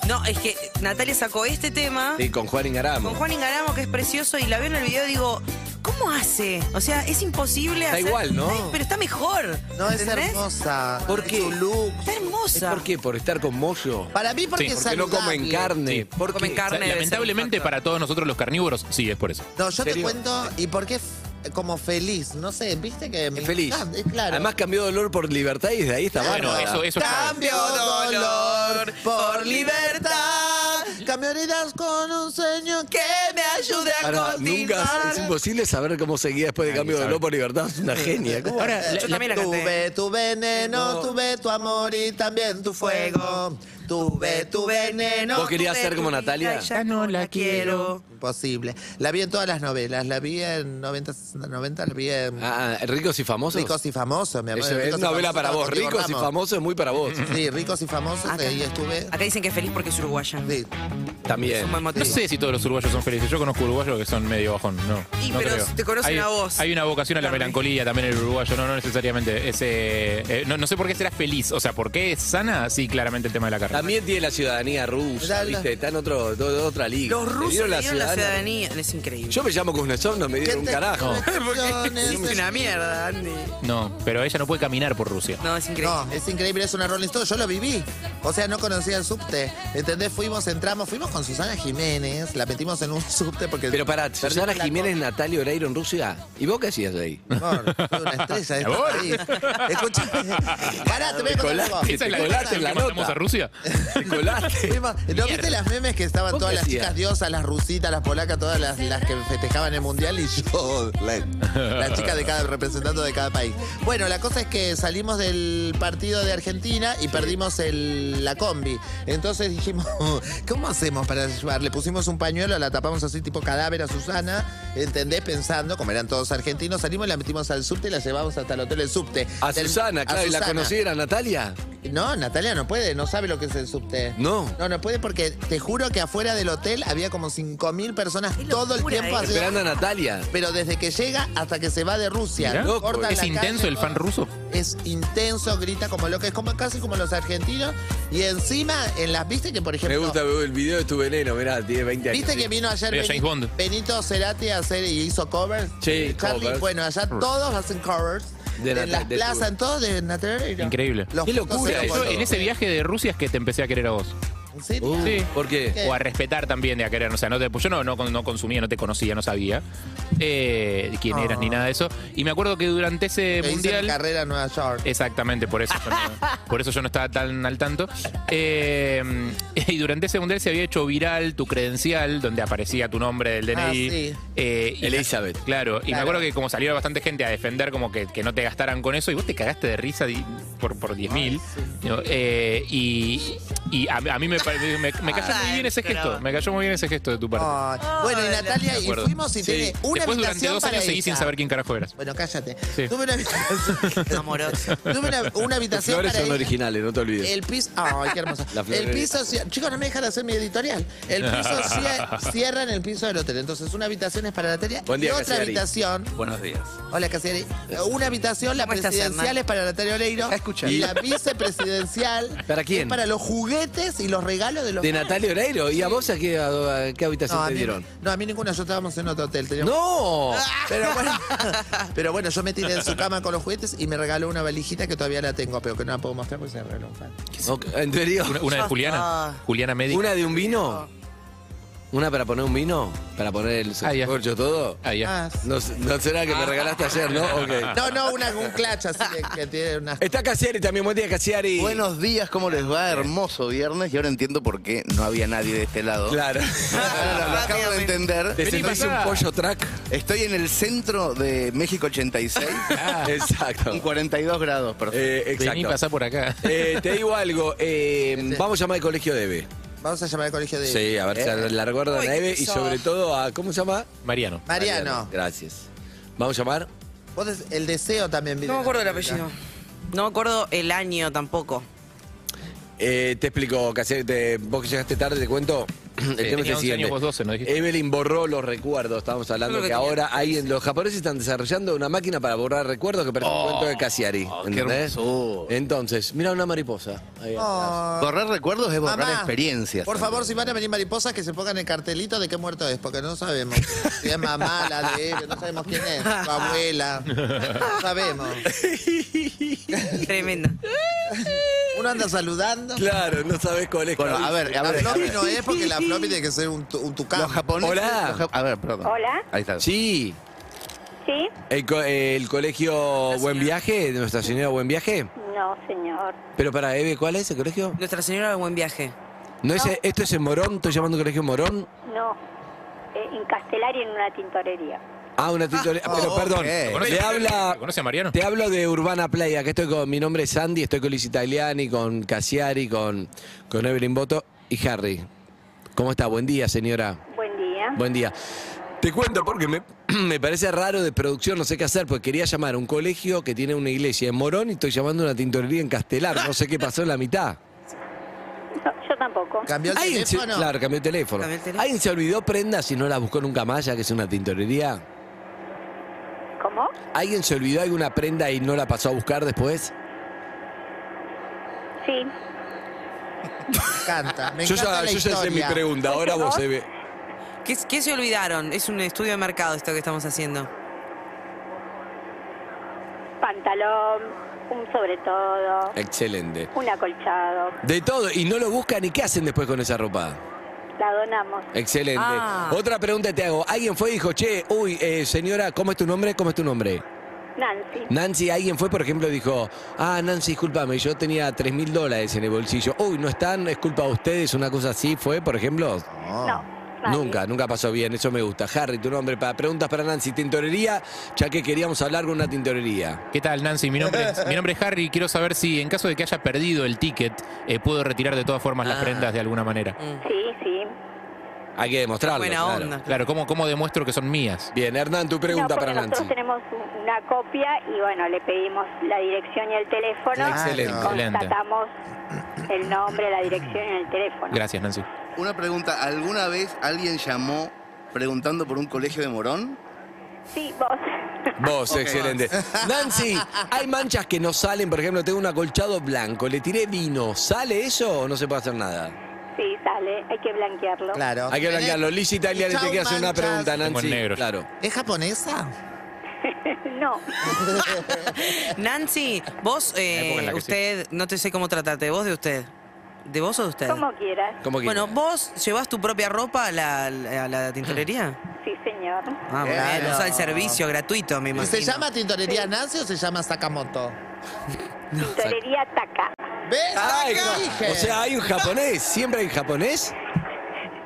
No, es que Natalia sacó este tema
Sí, con Juan Ingaramo.
con Juan Ingaramo que es precioso y la veo en el video y digo, ¿cómo hace? O sea, es imposible
Está
hacer-
igual, ¿no?
Ay, Pero está mejor.
No, es
¿entendés?
hermosa.
¿Por qué?
Está hermosa.
¿Por qué? ¿Por estar con Moyo?
Para mí porque
Sí,
es
Porque no comen
saludable.
carne. ¿Por qué?
Comen carne.
O sea,
debe ser
lamentablemente
un factor.
para todos nosotros los carnívoros, sí, es por eso.
No, yo te
serio?
cuento, ¿y por qué f- como feliz? No sé, viste que me
Es feliz.
encanta, Ah, es claro.
Además cambió dolor por libertad y desde ahí está
Claro.
bárbara.
Bueno, eso, eso está.
Cambio dolor por libertad. Cambiarías con un sueño que me ayude a
Ahora, nunca
continuar.
es imposible saber cómo seguía después de
Nadie
cambio de
sabe.
dolor por libertad. Es una genia. ¿Cómo?
Ahora, la-
Yo
la-
también la canté.
Tuve tu veneno, tuve tu amor y también tu fuego. Tuve tu veneno.
¿Vos querías
tuve
ser como
tu vida
Natalia?
y Ya no la quiero.
Imposible. La vi en todas las novelas. La vi en 90, 60, 90 la vi en
Ah, ricos y famosos.
Ricos y Famosos, mi amor.
Eso es
Ricos y
una novela
Famosos
para
con
vos.
Diego
Ricos y
Ramos.
famosos es muy para vos.
Sí, Ricos y Famosos,
Acá.
ahí estuve.
Acá dicen que es feliz porque es uruguaya.
Sí.
También.
No sé si todos los uruguayos son felices. Yo conozco uruguayos que son medio bajón. No,
Y,
no
pero
creo.
te conocen
hay,
a vos.
Hay una vocación a la melancolía también el uruguayo. No, no necesariamente. Ese, eh, no, no sé por qué será feliz. O sea, ¿por qué es sana? Sí, claramente el tema de la carne.
También tiene la ciudadanía rusa,
Mirá,
¿viste?
la-
Está en otro, do- do- otra liga.
Los
Le
rusos
dieron
le dieron la
ciudadanía.
ciudadanía. Es increíble.
Yo me llamo Kuznetsov, no me dieron Eh, un carajo.
Este Es una mierda, Andy.
No, pero ella no puede caminar por Rusia.
No, es increíble.
No, es increíble, es una Rolling Stone. Yo lo viví. O sea, no conocía el subte. ¿Entendés? Fuimos, entramos, fuimos con Susana Jiménez, la metimos en un subte porque.
Pero pará,
Perdí
Susana
la
Jiménez, Natalia Oreiro en Rusia. ¿Y vos qué hacías ahí?
Amor, soy una estrella de este
Amor.
país. Escuchame. Pará, te voy a contar algo.
Te
¿Esa es la
colaste
clase
en
que
la
mandamos
nota.
a Rusia?
Te colaste.
Fuimos- ¿No viste las memes que estaban
¿Vos
todas
qué
las
hacías?
chicas diosas, las rusitas, las polacas, todas las, las que festejaban el mundial y yo, la, la chica de cada representante de cada país? Bueno, la cosa es que salimos del partido de Argentina y perdimos el- la combi. Entonces dijimos, ¿cómo hacemos para llevar? Le pusimos un pañuelo, la tapamos así tipo cadáver a Susana, ¿entendés? Pensando, como eran todos argentinos, salimos y la metimos al subte y la llevamos hasta el hotel del subte.
A
Del-
Susana,
a
claro, ¿y la
Susana.
conociera Natalia?
No, Natalia no puede, no sabe lo que es el subte.
No.
No, no puede porque te juro que afuera del hotel había como 5.000 personas todo el
locura,
tiempo
eh.
haciendo-
Esperando a Natalia.
Pero desde que llega hasta que se va de Rusia.
Mirá.
Loco,
Cortan
¿Es
la
intenso
calle,
el fan
todo.
ruso?
Es intenso, grita como loco, es como, casi como los argentinos. Y encima, en las, viste que por
Me
ejemplo.
gusta el video de tu veneno, mirá, tiene 20 años.
Viste que vino ayer
Era James
Beni-
Bond.
Benito Cerati a hacer y hizo covers. Eh,
Sí,
Charlie,
covers.
bueno, allá todos hacen covers.
De
en
Nat-
las
de
plazas,
tu-
en todo, de Natalia.
Increíble.
Los
Qué
puntos
locura
cero
eso,
por
Yo, en
todo.
ese viaje de Rusia es que te empecé a querer a vos.
¿En serio?
Uh,
Sí.
¿Por qué?
¿Qué?
O a respetar también de a querer. O sea, no te, yo no, no, no consumía, no te conocía, no sabía eh, quién eras ni nada de eso. Y me acuerdo que durante ese
Que hice mi
mundial.
carrera en Nueva York.
Exactamente, por eso, yo no, por eso yo no estaba tan al tanto. Eh, y durante ese mundial se había hecho viral tu credencial, donde aparecía tu nombre del DNI.
Ah, sí.
Eh, y-
Elizabeth.
Claro, y me
Claro.
acuerdo que como salió bastante gente a defender como que, que no te gastaran con eso, y vos te cagaste de risa di- por, por 10 mil. eh, y y a, a mí me, pare- me, me cayó muy bien ese gesto, me cayó muy bien ese gesto de tu parte.
Ay.
Ah,
Bueno, y Natalia,
De
y
acuerdo.
fuimos y
Sí.
tiene
Después
una
durante
habitación
dos
para
años seguí sin
ella.
saber quién carajo eras.
Bueno, cállate.
Sí.
Tuve una habitación.
Amoroso.
Tuve una, una
Las
habitación
flores
para
son
ella.
originales, no te olvides.
El piso. Ay, qué hermoso.
La flor
El
de-
piso. cie- Chicos, no me dejan hacer mi editorial. El piso cie- cierra en el piso del hotel. Entonces, una habitación es para Natalia
Buen día,
y otra
Cassiari.
habitación.
Buenos días.
Hola, Casieri. Una habitación, la
¿Cómo estás,
presidencial
Hernán?
es para Natalia Oreiro.
Escucha.
Y Ah, la vicepresidencial
¿Para quién?
es para los juguetes y los regalos de los
¿De Natalia Oreiro? ¿Y a vos a qué, a- a qué habitación
No, Ah. a
te
mí-
dieron?
no, a mí ninguna, yo estábamos en otro hotel. teníamos-
¡No!
Pero bueno, pero bueno, yo me tiré en su cama con los juguetes y me regaló una valijita que todavía la tengo, pero que no la puedo mostrar porque se me regaló un fan.
Ok, ¿En serio?
Una, una de Juliana, Juliana Medi.
¿Una de un vino? ¿Una para poner un vino? ¿Para poner el corcho todo?
ya. Ah, sí.
no, se- no será que me regalaste ayer, ¿no? Ok.
Ah. No, no, una, un clutch así que, que tiene unas.
Está Casiari también, buen día Casiari.
Buenos días, ¿cómo les va? Hermoso viernes y ahora entiendo por qué no había nadie de este lado.
Claro.
Ahora lo acabo de entender.
¿Te sentís un pollo track?
Estoy en el centro de México 86.
Ah.
Exacto. Eh,
Un 42 grados, perfecto.
exacto. Vení, pasá por
acá.
Eh, te digo algo, eh, vamos a llamar al colegio de Eve.
Vamos a llamar al colegio de.
Sí, a ver si
Eh.
la recuerdan
Uy,
a
qué
Eve y
pesada.
sobre todo a, ¿cómo se llama?
Mariano.
Mariano.
Gracias. Vamos a llamar.
Vos des- el deseo también,
No me acuerdo el apellido. No me acuerdo el año tampoco.
Eh, te explico, Casiari, te- vos que llegaste tarde, te cuento. El tema es
tenía
el
11
siguiente.
años, vos 12, ¿no dijiste?
Evelyn borró los recuerdos. Estábamos hablando
Creo
que,
que tenía-
ahora hay en los japoneses están desarrollando una máquina para borrar recuerdos que parece un cuento
Oh,
de Casiari. ¿entendés? Entonces, mira una mariposa. ahí
Oh.
atrás.
Borrar recuerdos es borrar
Mamá,
experiencias.
Por favor, si van a venir mariposas, que se pongan el cartelito de qué muerto es, porque no sabemos. Si es mamá, la de Eve, no sabemos quién es. Tu abuela. No sabemos.
Tremendo.
Uno anda saludando.
Claro, no sabes cuál es.
Bueno, a ver, a
La
ver.
floppy no es porque la floppy tiene que ser un, tu- un tucán.
Los japoneses.
Hola.
los ja- a ver, perdón.
Hola,
Ahí está.
Sí,
¿sí?
el, co- el colegio Buen Viaje, de Nuestra Señora Buen Viaje.
No, señor.
Pero para Eve, ¿cuál es el colegio?
Nuestra Señora de Buen Viaje.
No, es, esto es en Morón, estoy llamando colegio Morón.
No. Eh, en Castelar y en una tintorería.
Ah, una tutoría. pero
ok.
perdón,
¿Lo conoce
te
a Mariano?
habla.
¿Lo conoce a Mariano?
Te hablo de Urbana Playa, que estoy con. Mi nombre es Sandy, estoy con Liz Italiani, con Cassiari, con, con Evelyn Boto y Harry. ¿Cómo está? Buen día, señora.
Buen día.
Buen día. Te cuento porque me, me parece raro de producción, no sé qué hacer, porque quería llamar a un colegio que tiene una iglesia en Morón y estoy llamando a una tintorería en Castelar. No sé qué pasó en la mitad.
No, yo tampoco.
¿Cambió el
Alguien se-
teléfono?
claro, cambió el teléfono.
Cambió el teléfono.
¿Alguien se olvidó prendas y no la buscó nunca más, ya que es una tintorería?
¿Cómo?
¿Alguien se olvidó alguna prenda y no la pasó a buscar después?
Sí.
Me encanta. Me
Yo
encanta
ya,
la
yo ya sé mi
historia.
pregunta, ahora vos se ve.
¿Qué, qué se olvidaron? Es un estudio de mercado esto que estamos haciendo.
Pantalón, un sobre todo,
Excelente.
un acolchado.
De todo, y no lo buscan y qué hacen después con esa ropa.
La donamos.
Excelente.
Ah.
Otra pregunta te hago. ¿Alguien fue y dijo, che, uy, eh, señora, ¿cómo es tu nombre? ¿Cómo es tu nombre?
Nancy.
Nancy, alguien fue, por ejemplo, dijo, ah, Nancy, discúlpame, yo tenía 3 mil dólares en el bolsillo. Uy, no están, es culpa de ustedes, una cosa así, ¿fue, por ejemplo?
No. nadie.
Nunca, nunca pasó bien, eso me gusta. Harry, tu nombre, para preguntas para Nancy, tintorería, ya que queríamos hablar con una tintorería.
¿Qué tal, Nancy? Mi nombre, es, mi nombre es Harry y quiero saber si, en caso de que haya perdido el ticket, eh, puedo retirar de todas formas
Ah.
las prendas de alguna manera.
Sí, sí.
Hay que demostrarlo.
Buena
claro.
onda.
Claro, ¿cómo, ¿cómo demuestro que son mías?
Bien, Hernán, tu
No, porque nosotros tenemos un- una copia y bueno, le pedimos la dirección y el teléfono.
Excelente. Excelente.
Constatamos el nombre, la dirección y el teléfono.
Gracias, Nancy.
Una pregunta. ¿Alguna vez alguien llamó preguntando por un colegio de Morón?
Sí, vos.
Vos,
Ok.
excelente. Nancy, hay manchas que no salen, por ejemplo, tengo un acolchado blanco, le tiré vino, ¿sale eso o no se puede hacer nada?
Sí, sale. Hay que blanquearlo.
Claro.
Hay que blanquearlo. Liz Italia te
Chau,
quiere hacer una
manchas.
pregunta,
Tengo
Nancy.
en negro.
Claro.
¿Es japonesa?
no.
Nancy, vos, eh,
La época en la que
usted, no te sé cómo tratarte, vos de usted. ¿De vos o de usted?
Como quieras.
Como quieras.
Bueno, ¿vos llevás tu propia ropa a la, a la
Mm.
tintorería?
Sí, señor.
Ah, muy
Claro.
bien, o sea, el servicio gratuito, me
¿Y
imagino.
¿Se llama tintorería Nancy o se llama Sakamoto?
Tintorería Taka.
¿Ves?
Ay,
Acá dije.
o sea, hay un japonés, siempre hay un japonés.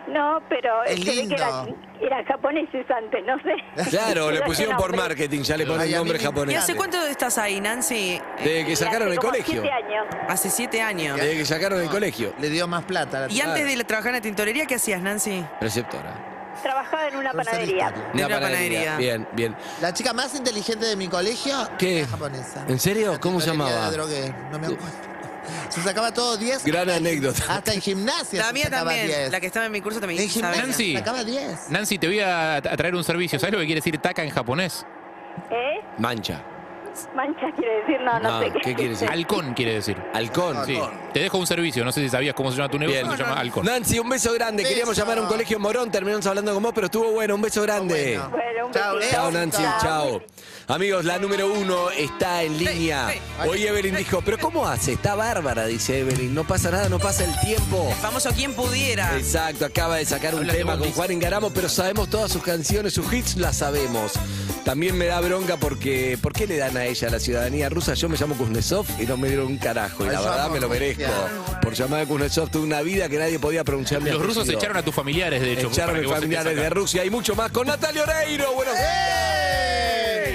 No, pero
Es
se ve
lindo.
que eran, eran japoneses antes, no sé.
Claro, le
Pero
pusieron
ese
por
nombre,
marketing, ya le ponen
Ay, a mí
nombre
me
japonés.
¿Y hace cuánto estás ahí, Nancy?
Desde que
hace
sacaron el
como
colegio.
siete años.
Hace siete años.
Desde que sacaron el colegio.
Le dio más plata. la
¿Y antes de trabajar en la tintorería, qué hacías, Nancy?
Preceptora.
Trabajaba en una
Profesor de
panadería.
historia.
De
Una
una
panadería.
panadería.
Bien, bien.
La chica más inteligente de mi colegio
¿Qué?
era japonesa.
¿En serio? ¿Cómo se
Yo tenía
llamaba? Uh.
de drogué, no me acuerdo. Se sacaba todo 10.
Gran anécdota.
Hasta en gimnasia.
La
se
mía
sacaba
también,
10.
la que estaba en mi curso también.
En
¿sabes?
gimnasia
Nancy.
se sacaba 10.
Nancy, te voy a, a traer un servicio. ¿Sabes lo que quiere decir taca en japonés?
¿Eh?
Mancha.
Mancha quiere decir, no, no,
No,
sé qué.
¿qué quiere decir?
Halcón quiere decir.
Halcón.
Sí. Te dejo un servicio. No sé si sabías cómo se llama tu negocio.
Bien.
Se llama halcón.
Nancy, un beso grande. Queríamos
Beso.
llamar a un colegio en Morón, terminamos hablando con vos, pero estuvo bueno. Un beso grande.
Bueno.
Bueno, un
Chao,
besito.
Nancy, chao. Amigos, la número uno está en línea. Hoy Evelyn dijo, pero ¿cómo hace? Está bárbara, dice Evelyn. No pasa nada, no pasa el tiempo.
Famoso quien pudiera.
Ah.
Exacto, acaba de sacar un
Habla de
tema
Bondi.
con Juan Engaramo, pero sabemos todas sus canciones, sus hits, las sabemos. También me da bronca porque, ¿por qué le dan a ella la ciudadanía rusa? Yo me llamo Kuznetsov y no me dieron un carajo, y
Ay,
la
yo
verdad
amo
me lo
Rusia.
merezco. Por llamar a Kuznetsov tuve una vida que nadie podía pronunciar mi
Los rusos
apellido.
echaron a tus familiares, de hecho.
Echaron
para que vos estés
familiares
acá.
de Rusia y mucho más con Natalia Oreiro. Buenos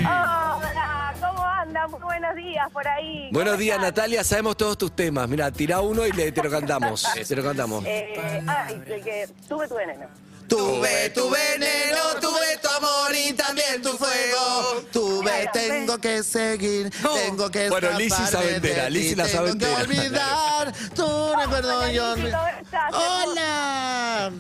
Hola, ¿cómo andan? Muy buenos días por ahí.
Buenos días, Natalia. Sabemos todos tus temas. Mira, tira uno y le, te lo cantamos. Te lo cantamos.
Eh, ay, que, que tuve tu veneno.
Tuve tu veneno, tuve tu amor y también tu fuego. Tuve, tengo que seguir, tengo que
Bueno,
escaparme
Lizzy sabe
de
entera,
ti,
Lizzy la sabe
Tengo
entera.
que olvidar tu recuerdo.
hola,
yo-
Lizzy, ¿cómo estás?
Hola.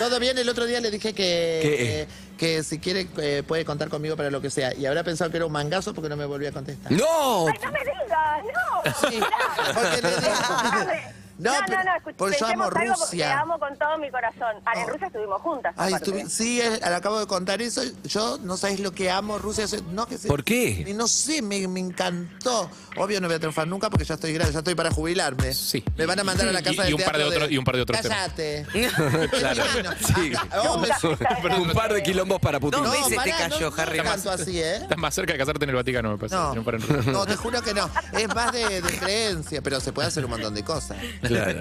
Todo bien, el otro día le dije que, que, que si quiere eh, puede contar conmigo para lo que sea. Y habrá pensado que era un mangazo porque no me volvió a contestar.
¡No!
Ay, no me digas, no.
Sí,
Pará.
porque le digo-
No,
No,
no, no, escucha,
porque yo
pensemos algo
amo
porque te
Rusia. Oh.
amo con todo mi corazón. Ah, en Rusia estuvimos juntas.
Ay,
aparte.
estuve- sí, eh, al acabo de contar eso. Yo no sabéis lo que amo Rusia. yo- no, que sé-
¿Por qué?
Y no sé, me, me encantó. Obvio no voy a triunfar nunca porque ya estoy grande, ya estoy para jubilarme. Sí. Me van a mandar a la
Y-
casa
y
de
un par de
teatro
otros- y un par de otros temas.
Cállate.
claro. Sí. un par de quilombos para Putin.
No, veces te pará, cayó, no- no Harry. tanto así, ¿eh?
Estás más cerca de casarte en el Vaticano, me parece.
No.
que no para en Rusia.
No, te juro que no. Es más de, de creencia, pero se puede hacer un montón de cosas.
Claro.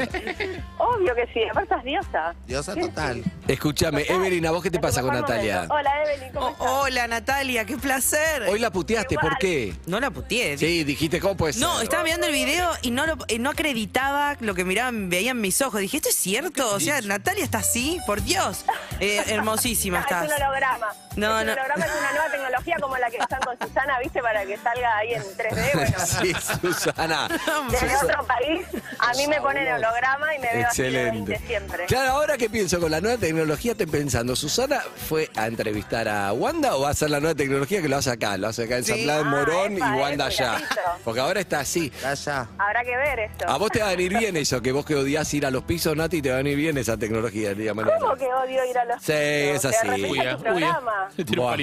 Obvio que sí, aparte estás diosa.
Diosa total.
Escúchame, Evelyn, ¿a vos qué te pasa con Natalia?
Hola, Evelyn, Ah,
¿cómo estás? Oh, Hola, Natalia, qué placer.
Hoy la puteaste, ¿por qué?
No la puteé.
Sí, dijiste, ¿cómo puede ser?
No, estaba mirando el video y no, lo- eh, no acreditaba lo que miraban, veían mis ojos. Dije, ¿esto es cierto? O sea, Natalia está así, por Dios. Eh, hermosísima
Ah,
estás.
es un holograma.
No,
es
no.
Un holograma es una nueva tecnología como la que están con Susana, ¿viste? Para que salga ahí en 3D. Bueno,
Sí, Susana.
desde
Susa-
otro país, a mí me ponen holograma y me veo así de
Excelente.
20 siempre.
Claro, ahora que pienso con la nueva tecnología, estoy pensando, ¿Susana fue a entrevistar a Wanda o va a hacer la nueva tecnología que lo hace acá? Lo hace acá en
Sí.
San Blas de
Ah,
Morón
epa,
y
epa,
Wanda allá.
listo.
Porque ahora está así.
Allá.
Habrá que ver esto.
A vos te va a venir bien eso, que vos que odias ir a los pisos, Nati, te va a venir bien esa tecnología el día de mañana.
¿Cómo que odio ir a los
Sí, es así.
ah,
Uy, Este programa.
Buah,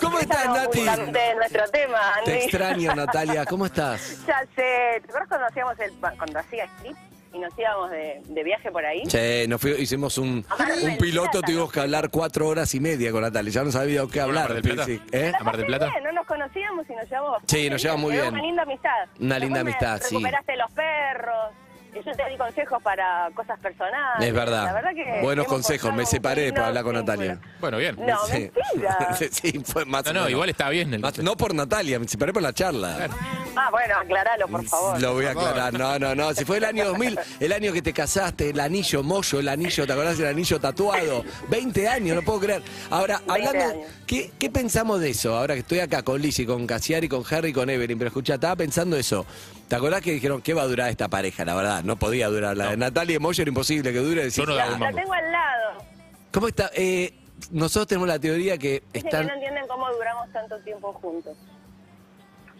¿Cómo estás,
Nati?
De nuestro tema, Andy.
Te extraño, Natalia. ¿Cómo estás?
Ya sé, ¿te acuerdas cuando hacíamos el, cuando hacía clip y nos íbamos de, de viaje por ahí?
Che, nos fui- hicimos un,
Aparte,
un piloto, tuvimos que hablar cuatro horas y media con Natalia. Ya no sabía qué hablar.
Mar del Plata?
Sí, ¿eh?
La pasé bien, no nos conocíamos y nos llevamos bastante
Sí, nos llevamos muy
Tenemos
bien.
Una linda amistad.
Una linda
Después me
amistad, sí.
Recuperaste los perros. y Yo te di consejos para cosas personales.
Es verdad.
La verdad que
Buenos
hemos
consejos.
forjado
Me
un
separé
lindo
para hablar con Natalia.
Bueno, bien.
No, mentira.
sí, fue más
No, no, igual
está bien. No por Natalia, me separé por la charla.
Ah, bueno, aclaralo, por favor.
Lo voy a aclarar. No, no, no. Si fue el año 2000, el año que te casaste, el anillo mollo, el anillo, ¿te acordás del anillo tatuado? 20 años, no puedo creer. Ahora,
20
hablando,
años.
¿qué, qué pensamos de eso? Ahora que estoy acá con Lizzie, con Cassiari, con Harry, con Evelyn, pero escucha, estaba pensando eso. ¿Te acordás que dijeron qué va a durar esta pareja? La verdad, no podía durar. La de Natalia y Moyo era imposible que dure. Decís, "Ah,
La, la tengo al lado.
¿Cómo está? Eh, nosotros tenemos la teoría que
Dicen que
están...
no entienden cómo duramos tanto tiempo juntos.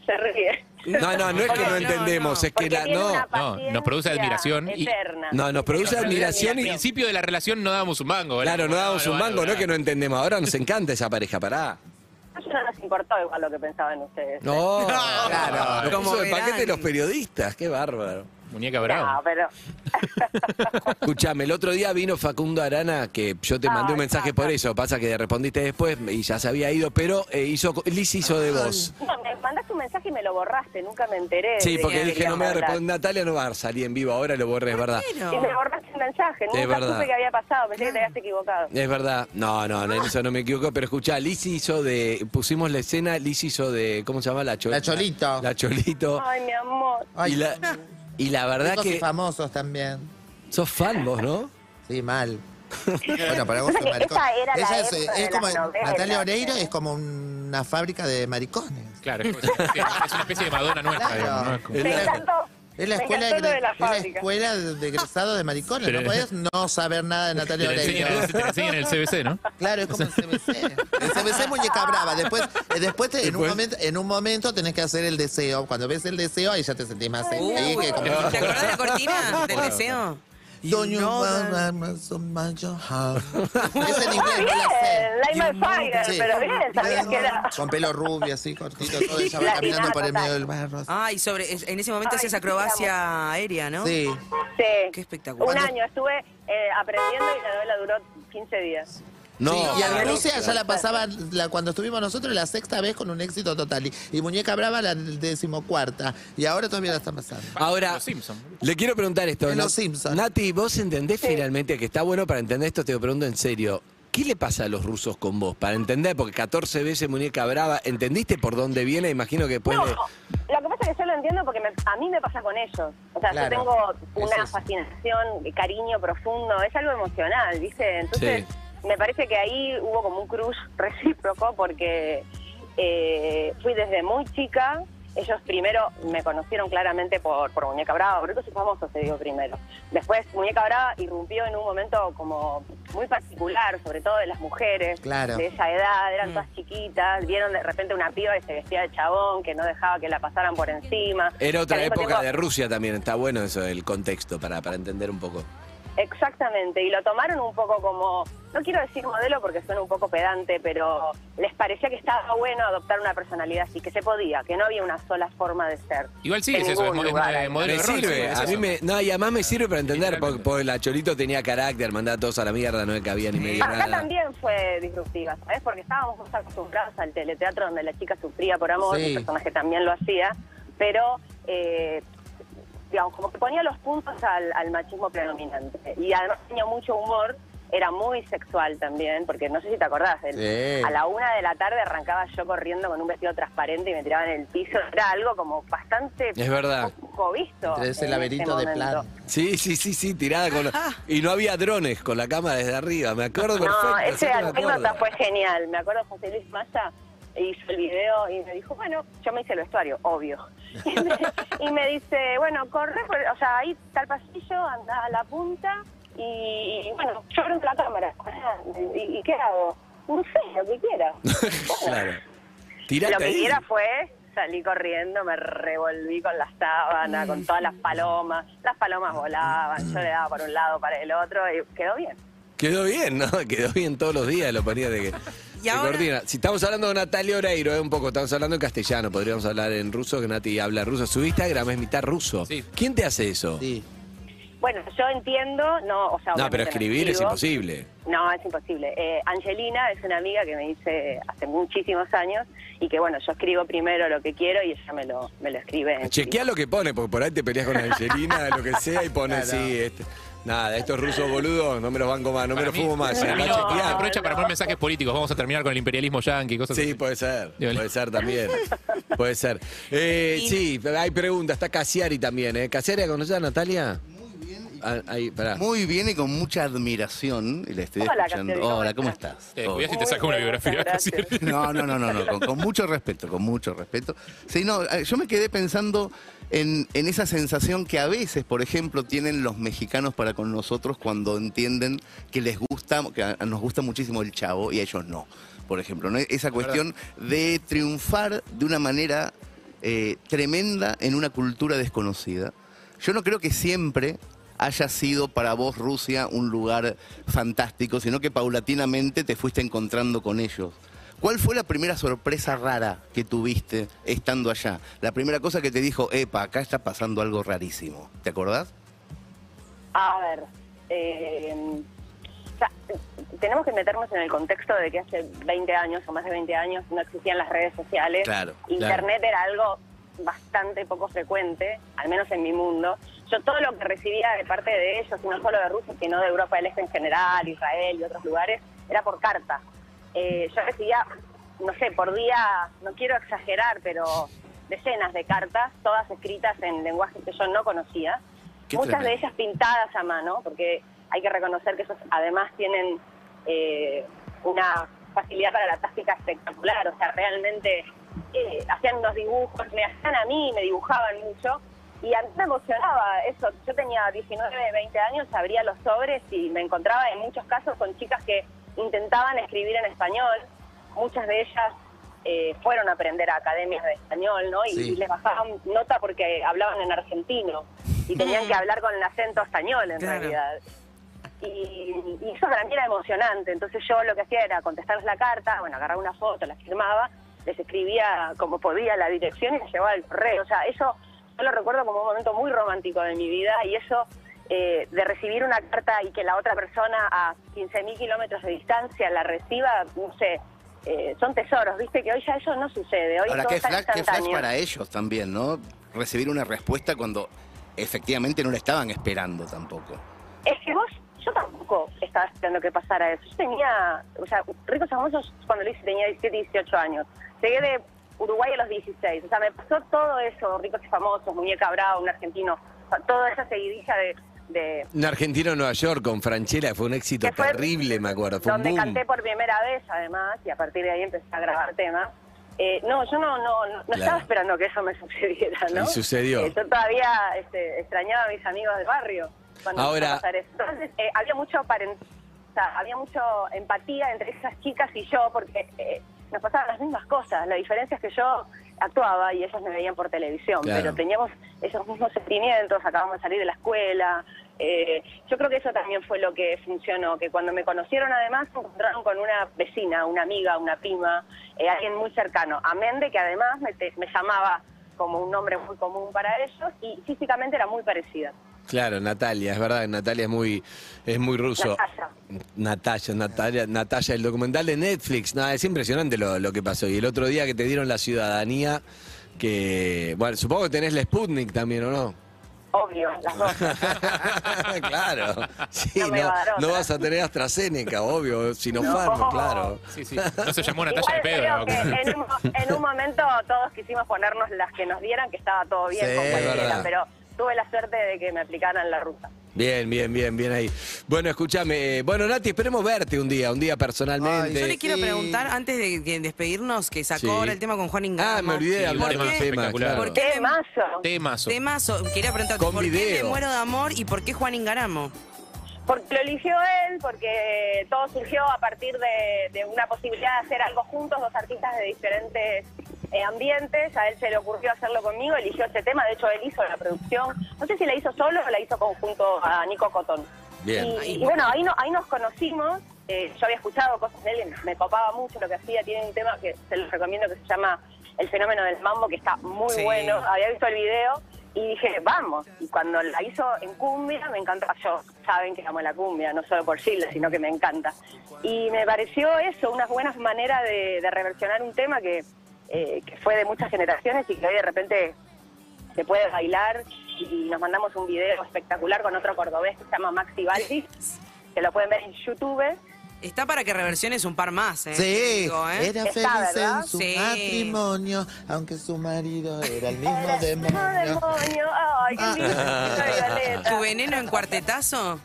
Se ríe.
No, no, no es que no entendemos, es que
Porque
la,
tiene
no.
una paciencia
nos produce admiración y-
Eterna.
No, nos produce admiración
Al
y...
principio de la relación no dábamos un mango. ¿verdad?
Claro, no damos un
vale,
mango, no que no entendemos. Ahora nos encanta esa pareja, pará.
No nos importó igual lo que pensaban ustedes.
No,
claro.
claro.
Como
Como el
verán.
paquete de los periodistas, qué bárbaro.
Muñeca
No, pero
Escuchame, el otro día vino Facundo Arana, que yo te mandé un mensaje por eso, pasa que respondiste después y ya se había ido, pero eh, hizo, Liz hizo de voz.
no, me mandaste un mensaje y me lo borraste, nunca me enteré.
Sí,
de
porque
que
dije,
querías
no me va a
hablar.
responder, Natalia no va a salir en vivo ahora, lo borré, es verdad.
Y me borraste el mensaje,
Es
nunca
verdad.
supe que había pasado, pensé que te habías equivocado.
Es verdad. No, no, no, en eso no me equivoco, pero escuchá, Liz hizo de, pusimos la escena, Liz hizo de, ¿cómo se llama? La, cholita? la Cholito. La Cholito.
Ay, mi amor.
Y la, y la verdad
Ricos y
que...
famosos también.
Sos fan vos, ¿no?
Sí, mal. bueno, para vos
Esa
soy maricón.
era la
Ella es,
época
es
de las
como
novelas.
Natalia Oreiro es como una fábrica de maricones.
Claro, es es una especie de Madonna nuestra.
Claro.
digamos, ¿no? Es como-
Es
Me
la,
encantó.
es la
Me
escuela
encantó lo de la
egre- es la
fábrica.
escuela de egresados de maricones.
Pero-
no podés no saber nada de
Te
Natalia
la
Oreiro.
enseñan- te la enseñan en el CBC, ¿no?
Claro, es como el CBC. El CBC es muñeca brava. Después, eh, después, te- En, un momento, en un momento tenés que hacer el deseo. Cuando ves el deseo, ahí ya te sentís más
Uy,
feliz. que como-
¿Te acordás de la cortina del deseo?
Don't you
know
wanna mess on my heart?
Es
en
Muy
inglés, no la sé.
bien, Light My Fire,
Sí.
pero bien, sabías que era.
Con pelo rubio, así, cortito, todo. Ella va
Latina
caminando por el
total.
medio del barro.
Ah, y sobre, es- en ese momento
Ay,
hacías
sí,
acrobacia aérea, ¿no?
Sí.
Sí.
Qué espectacular.
Un año estuve eh, aprendiendo y la novela duró 15 días.
No, y a
claro.
Rusia ya la pasaba la- cuando estuvimos nosotros la sexta vez con un éxito total. Y, y Muñeca Brava la decimocuarta. Y ahora todavía la están pasando.
Ahora, le quiero preguntar esto.
En
Nat-
Los Simpson.
Nati, ¿vos entendés finalmente que está bueno para entender esto? Te lo pregunto en serio. ¿Qué le pasa a los rusos con vos? Para entender, porque 14 veces muñeca brava, ¿entendiste por dónde viene? Imagino que después
No,
le-
lo que pasa es que yo lo entiendo porque me- a mí me pasa con ellos. O sea, yo
Claro,
tengo una
es eso.
fascinación, cariño profundo, es algo emocional, ¿viste? Entonces, me parece que ahí hubo como un crush recíproco porque eh, fui desde muy chica. Ellos primero me conocieron claramente por, por Muñeca Brava, Brutus y Famoso se dio primero. Después Muñeca Brava irrumpió en un momento como muy particular, sobre todo de las mujeres
Claro.
de esa edad, eran todas chiquitas, vieron de repente una piba que se vestía de chabón, que no dejaba que la pasaran por encima.
Era
Que
otra
al mismo
época
tiempo-
de Rusia también. Está bueno eso, el contexto, para, para entender un poco.
Exactamente, y lo tomaron un poco como, no quiero decir modelo porque suena un poco pedante, pero les parecía que estaba bueno adoptar una personalidad así, que se podía, que no había una sola forma de ser.
Igual sí,
En
es eso, es,
ningún
mo- es
lugar.
mo- modelo
Me
de rol,
sirve,
sí, es
a mí
eso.
me, no, y además me sirve para entender, porque, porque la Cholito tenía carácter, mandaba a todos a la mierda, no le cabía ni medio
Acá
nada.
también fue disruptiva, ¿sabes? Porque estábamos más acostumbrados al teleteatro donde la chica sufría por amor,
Sí.
el personaje también lo hacía, pero, eh, digamos, como que ponía los puntos al, al machismo predominante. Y además tenía mucho humor, era muy sexual también, porque no sé si te acordás, el-
Sí.
a la una de la tarde arrancaba yo corriendo con un vestido transparente y me tiraba en el piso, era algo como bastante
Es verdad.
poco visto.
Entre
en ese momento.
Sí, sí, sí, sí, tirada con. Y no había drones con la cámara desde arriba, me acuerdo perfecto.
No,
sí
ese
que me acuerdo.
anécdota fue genial. Me acuerdo José Luis Massa hizo el video y me dijo, bueno, yo me hice el vestuario, obvio. Y me, y me dice, bueno, corre, por- o sea, ahí está el pasillo, anda a la punta y, y, bueno, yo prendo la cámara. Ah, ¿Y, y qué hago? No sé, lo que quiera.
Claro.
lo
Tirate
que
ahí.
quiera fue... Salí corriendo, me revolví con la sábana, con todas las palomas. Las palomas volaban, yo le daba por un lado, para el otro y quedó bien.
Quedó bien, ¿no? Quedó bien todos los días, lo ponía de que.
Y
de
ahora-
coordina. Si estamos hablando de Natalia Oreiro, eh, un poco, estamos hablando en castellano, podríamos hablar en ruso, que Nati habla ruso. Su Instagram es mitad ruso. ¿Quién te hace eso?
Bueno, yo entiendo, no, o sea,
No,
obviamente
pero escribir es
escribo.
imposible.
No, es imposible. Eh, Angelina es una amiga que me hice hace muchísimos años y que, bueno, yo escribo primero lo que quiero y ella me lo, me lo escribe. en-
Chequea lo que pone, porque por ahí te peleas con Angelina, lo que sea, y pone, sí, este- nada, estos rusos boludos, no me los banco más, no me los fumo más.
Para mí,
Andá a chequear.
aprovecha para poner mensajes políticos. Vamos a terminar con el imperialismo yanqui, cosas
Sí, puede ser. Puede ser también. Puede ser. Eh, sí, hay preguntas. Está Casiari también, ¿eh? ¿Casiari la conocés a Natalia? Ah, ahí, pará.
Muy bien y con mucha admiración. Y la estoy
Hola,
escuchando.
Cassiari, ¿cómo
Hola, ¿cómo estás?
Oh.
Oh,
Eh, cuidado si te saco una biografía.
No, no, no, no, no, Con, con mucho respeto, con mucho respeto. Sí, no, eh, yo me quedé pensando en, en esa sensación que a veces, por ejemplo, tienen los mexicanos para con nosotros cuando entienden que les gusta, que a- nos gusta muchísimo el chavo y a ellos no. Por ejemplo, ¿no? esa cuestión de triunfar de una manera eh, tremenda en una cultura desconocida. Yo no creo que siempre haya sido para vos Rusia un lugar fantástico, sino que paulatinamente te fuiste encontrando con ellos. ¿Cuál fue la primera sorpresa rara que tuviste estando allá? La primera cosa que te dijo, epa, acá está pasando algo rarísimo. ¿Te acordás?
A ver, eh, o sea, tenemos que meternos en el contexto de que hace 20 años o más de 20 años no existían las redes sociales.
Claro,
Internet era algo bastante poco frecuente, al menos en mi mundo. Yo todo lo que recibía de parte de ellos, y no solo de Rusia, sino de Europa del Este en general, Israel y otros lugares, era por carta. Eh, yo recibía, no sé, por día, no quiero exagerar, pero decenas de cartas, todas escritas en lenguajes que yo no conocía.
Qué
Muchas de
tremendo.
ellas pintadas a mano, porque hay que reconocer que ellos además tienen eh, una facilidad para la táctica espectacular, o sea, realmente eh, hacían unos dibujos, me hacían a mí, me dibujaban mucho, y a mí me emocionaba eso. Yo tenía 19, 20 años, abría los sobres y me encontraba en muchos casos con chicas que intentaban escribir en español, muchas de ellas eh, fueron a aprender a academias de español, ¿no? Y,
Sí.
y les bajaban nota porque hablaban en argentino. y tenían que hablar con el acento español en
Claro.
realidad. Y, y eso para mí era emocionante. Entonces yo lo que hacía era contestarles la carta, bueno, agarraba una foto, la firmaba, les escribía como podía la dirección y les llevaba el correo. O sea, eso yo lo recuerdo como un momento muy romántico de mi vida y eso eh, de recibir una carta y que la otra persona a 15.000 kilómetros de distancia la reciba, no sé, eh, son tesoros, viste que hoy ya eso no sucede. Hoy
Ahora,
todo
qué
está
flash, qué flash
instantáneo.
para ellos también, ¿no? Recibir una respuesta cuando efectivamente no la estaban esperando tampoco.
Es que vos, yo tampoco estaba esperando que pasara eso. Yo tenía, o sea, Ricos y Famosos cuando lo hice tenía 17, 18 años. Llegué de Uruguay a los 16. O sea, me pasó todo eso, Ricos y Famosos, Muñeca Brava, un argentino. o sea, toda esa seguidilla de... de-
Un argentino en Nueva York con Franchella fue un éxito
Que fue
terrible, me acuerdo. Fue un
donde
boom.
canté por primera vez, además, y a partir de ahí empecé a grabar temas. Eh, no, yo no, no, no, no
Claro.
estaba esperando que eso me sucediera, ¿no?
Y sucedió.
Eh, yo todavía este, extrañaba a mis amigos del barrio cuando empezó
Ahora-
a pasar eso. Entonces, eh, había mucho paren- o sea, había mucho empatía entre esas chicas y yo, porque eh, nos pasaban las mismas cosas. La diferencia es que yo actuaba y ellas me veían por televisión,
Claro.
pero teníamos esos mismos sentimientos, acabamos de salir de la escuela. eh, yo creo que eso también fue lo que funcionó, que cuando me conocieron además me encontraron con una vecina, una amiga, una prima, eh, alguien muy cercano. Amén de que además me, te- me llamaba como un nombre muy común para ellos y físicamente era muy parecida.
Claro, Natalia, es verdad, Natalia es muy, es muy ruso.
Natalia.
Natalia, Natalia, Natalia, el documental de Netflix, nada, es impresionante lo, lo que pasó. Y el otro día que te dieron la ciudadanía, que, bueno, supongo que tenés la Sputnik también, ¿o no?
Obvio, las dos.
claro, sí,
No
no,
me va a dar
no
otra.
vas a tener AstraZeneca, obvio, Sinopharm,
No.
claro.
Sí, sí, no se llamó Natalia
Igual
de pedo.
creo
¿no?
que en, un, mo- en un momento todos quisimos ponernos las que nos dieran, que estaba todo bien
Sí,
con cualquiera,
verdad.
pero tuve la suerte de que me aplicaran la ruta.
Bien, bien, bien, bien ahí. Bueno, escúchame, eh, bueno, Nati, esperemos verte un día, un día personalmente.
Yo le quiero preguntar, antes de que despedirnos, que sacó
Sí.
ahora el tema con Juan Ingama.
Ah, me olvidé de hablar de los temas, claro.
¿Por qué?
Temazo.
Temazo.
Temazo. Quería preguntarte,
Con
¿por qué
video.
me muero de amor y por qué Juan Ingaramo?
Porque lo eligió él, porque todo surgió a partir de, de una posibilidad de hacer algo juntos, dos artistas de diferentes eh, ambientes. A él se le ocurrió hacerlo conmigo, eligió este tema. De hecho, él hizo la producción. No sé si la hizo solo o la hizo conjunto a Nico Cotón.
Bien.
Y, y bueno, ahí, no, ahí nos conocimos. Eh, yo había escuchado cosas de él, y me copaba mucho lo que hacía. Tiene un tema que se los recomiendo que se llama El fenómeno del mambo, que está muy
Sí.
bueno. Había visto el video y dije, vamos. Y cuando la hizo en cumbia, me encanta. Yo saben que amo la cumbia, no solo por Chile, sino que me encanta. Y me pareció eso, una buena manera de, de reversionar un tema que, eh, que fue de muchas generaciones y que hoy de repente se puede bailar y nos mandamos un video espectacular con otro cordobés que se llama Maxi Baldi, que lo pueden ver en YouTube.
Está para que reversiones un par más, ¿eh?
Sí,
Te digo, ¿eh?
era feliz
Está, ¿verdad?
en su
Sí.
matrimonio, aunque su marido era el mismo
Era el mismo
demonio.
demonio, ay, qué lindo, Violeta.
¿Tu veneno en cuartetazo?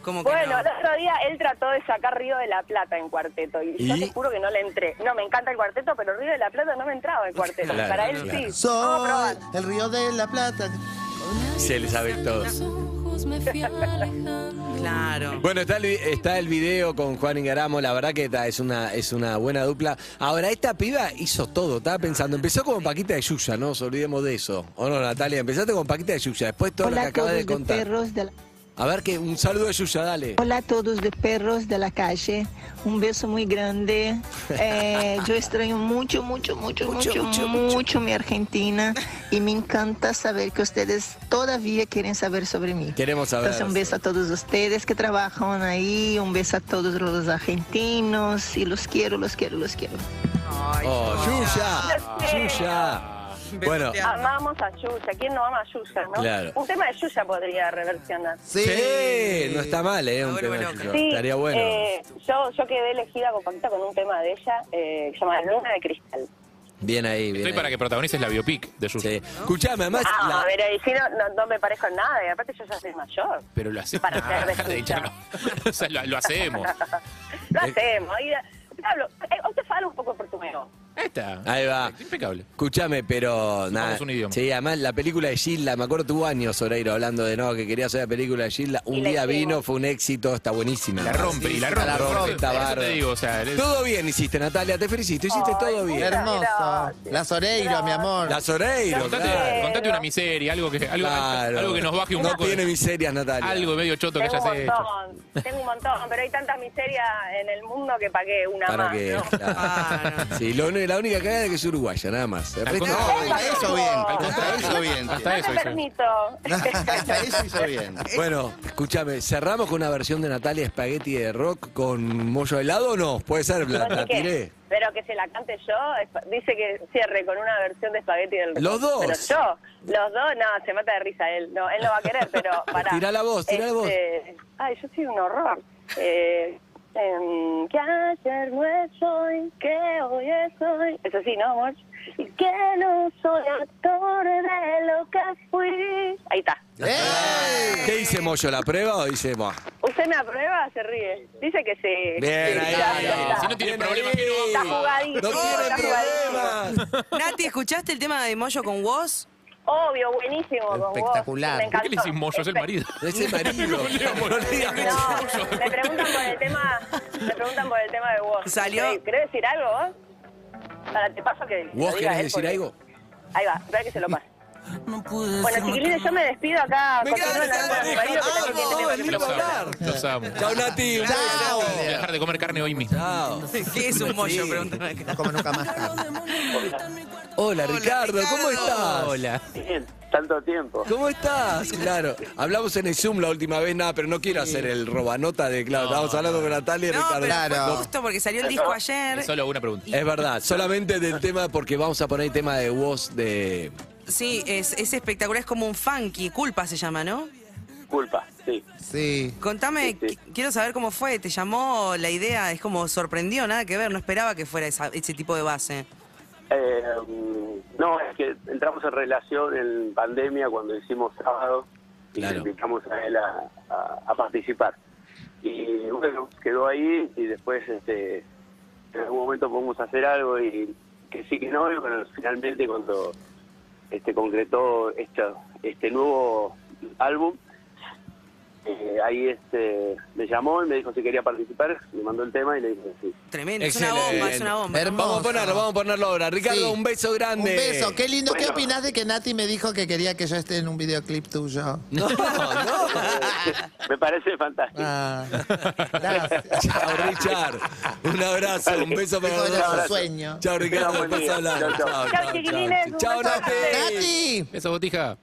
Como que
Bueno,
no.
el otro día él trató de sacar Río de la Plata en cuarteto y, yo
¿Y?
te juro que no le entré. No, me encanta el cuarteto, pero Río de la Plata no me entraba en cuarteto.
Claro,
Para él
claro.
sí. Vamos a probar.
Soy el río de la plata.
Se le sabe todo.
Claro.
Bueno, está el, vi- está el video con Juan Ingaramo, la verdad que está- es, una, es una buena dupla. Ahora, esta piba hizo todo, estaba pensando, empezó como Paquita de Yuya, no nos olvidemos de eso. ¿O no, Natalia? Empezaste con Paquita de Yuya, después todo lo que
Hola a todos
acabas de
de
contar.
perros de la...
A ver, que un saludo de Yuya, dale.
Hola a todos de Perros de la Calle. Un beso muy grande. Eh, yo extraño mucho, mucho, mucho,
Mucho,
mucho,
mucho,
mucho,
mucho.
mi Argentina y me encanta saber que ustedes todavía quieren saber sobre mí.
Queremos saber.
Entonces un beso a todos ustedes que trabajan ahí, un beso a todos los argentinos y los quiero, los quiero, los quiero.
Oh,
Los
Yuya,
quiero.
Yuya. Bueno,
Amamos a Yuya. ¿Quién no ama a Yuya, no?
Claro.
Un tema de Yuya podría reversionar.
sí, no está mal, ¿eh? Un tema de Yuya.
Sí,
Estaría bueno.
eh, yo, yo quedé elegida con Paquita con un tema de ella eh, que se llama Luna de Cristal.
Bien ahí, bien.
Estoy para que protagonices la biopic de Yuya.
Escuchame, además.
ah,
Pues la-
pero ahí sí no, no, no me parezco en nada. Y aparte yo ya soy mayor.
Pero lo hacemos.
Para ser de
Ya lo- o sea, lo, lo hacemos.
eh, Lo hacemos. Y, Pablo, eh, hoy te falo un poco portugués.
Ahí está.
Ahí va.
Impecable.
Escúchame, pero nada.
un idioma.
Sí, además la película de Gilda, me acuerdo tuvo años Oreiro hablando de no, que quería hacer la película de Gilda. Un día vino, fue un éxito, está buenísima.
La rompe, y la rompe.
La rompe, está
Eso te
bárbaro.
digo, o sea, eres-
Todo bien hiciste, Natalia, te felicito, hiciste
Ay,
todo bien.
muchas Hermoso.
Las Oreiro, mi amor. Las Oreiro,
Contate,
claro.
contate una miseria, algo que, algo,
Claro.
algo que nos baje un
No
poco.
tiene miserias, Natalia.
Algo medio choto que
Tengo
hayas
un
hecho.
montón, tengo un montón, pero hay tanta miseria en el mundo que pagué una
Para
más.
que.
¿no?
claro.
Ah,
Sí, lo uni- la única cagada es que es uruguaya, nada más. El resto-
eso bien. Hasta eso bien.
Hasta eso
no te
hizo.
permito.
Hasta eso hizo bien.
Bueno, escúchame, ¿cerramos con una versión de Natalia Spaghetti de rock con mollo helado o no? Puede ser, la,
Así
la
que,
tiré.
pero que se la cante yo, es- dice que cierre con una versión de espagueti del
Los dos.
Pero yo, los dos, no, se mata de risa él. No, él no va a querer, pero para.
Tirá la voz, tirá la voz.
Ay, yo soy un horror. Eh, em, que ayer no es hoy, que hoy es hoy. Eso sí, ¿no, amor? Y que no soy actor de lo que fui. Ahí está.
¿Qué dice Moyo? ¿La prueba o dice Moa?
¿Usted me aprueba? Se ríe. Dice que sí.
Bien, ahí, ahí. Si no tiene
problema, Está jugadito.
No tiene
está jugadito.
Nati, ¿escuchaste el tema de Moyo con vos?
Obvio, buenísimo. con vos. Me
¿Por qué le
encantó.
decís mollo? Es el marido.
Es el marido.
No le digas mollo.
No, me preguntan por el tema, me preguntan por el tema de vos.
Salió.
Sí, ¿Querés decir algo vos? Para, te paso que. lo
¿Vos
diga
querés
él,
decir
porque-
algo?
Ahí va, espera que se lo pase. bueno, chiquilines, yo me despido acá.
Me
continúen
quedo acá,
hablando con mi marido, que también tiene
todo
que
el día
Los
hablar.
amo. Los amo.
Chao, Nati. un beso.
Voy a dejar de comer carne hoy mismo.
¿Qué es un mollo? Pregúntame.
Como nunca más.
Hola, Ricardo, ¿cómo estás?
Hola.
Bien, tanto tiempo.
¿Cómo estás? Claro, hablamos en el Zoom la última vez, nada, pero no quiero hacer el robanota de, claro, estábamos hablando con Natalia y
No,
Ricardo.
pero fue justo porque salió el disco ayer.
Solo una pregunta.
Es verdad, solamente del tema, porque vamos a poner el tema de voz de...
Sí, es, es espectacular, es como un funky. Culpa se llama, ¿no?
Culpa, sí.
Sí.
Contame, qui- quiero saber cómo fue. ¿Te llamó la idea? Es como sorprendió, nada que ver. No esperaba que fuera esa- ese tipo de base.
Eh, mm, no, es que entramos en relación en pandemia cuando hicimos sábado y le invitamos a él a, a- a participar. Y bueno, quedó ahí y después este, en algún momento podemos hacer algo y que sí que no, pero finalmente cuando este concretó esta, este nuevo álbum, eh, ahí este me llamó y me dijo si quería participar, le mandó el tema y le dije sí.
Tremendo, es una bomba, es una bomba.
Vamos a ponerlo, vamos a ponerlo ahora. Ricardo,
Sí.
un beso grande.
Un beso, qué lindo. ¿Qué
Bueno.
opinás de que Nati me dijo que quería que yo esté en un videoclip tuyo?
No, no.
Me parece fantástico.
Ah,
Chao, Richard. Un abrazo, un beso para
Hijo de
todos.
su sueño.
Chao, Ricardo,
Buen
después
día.
hablamos.
Chao, chao.
Chao,
chiquilines,
chao.
un beso
Chao, Nati.
¡Nati!
Esa botija.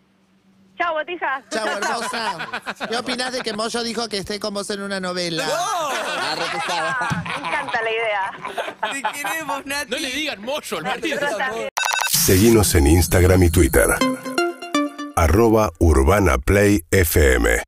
Chao, botija.
Chao, hermosa. ¿Qué opinás de que Moyo dijo que esté con vos en una novela?
Oh,
Arre, que estaba.
Me encanta la idea.
Te queremos, Nati.
No le digan mollo, Nati.
Nosotros también.
Seguinos en Instagram y Twitter. Arroba Urbana Play FM.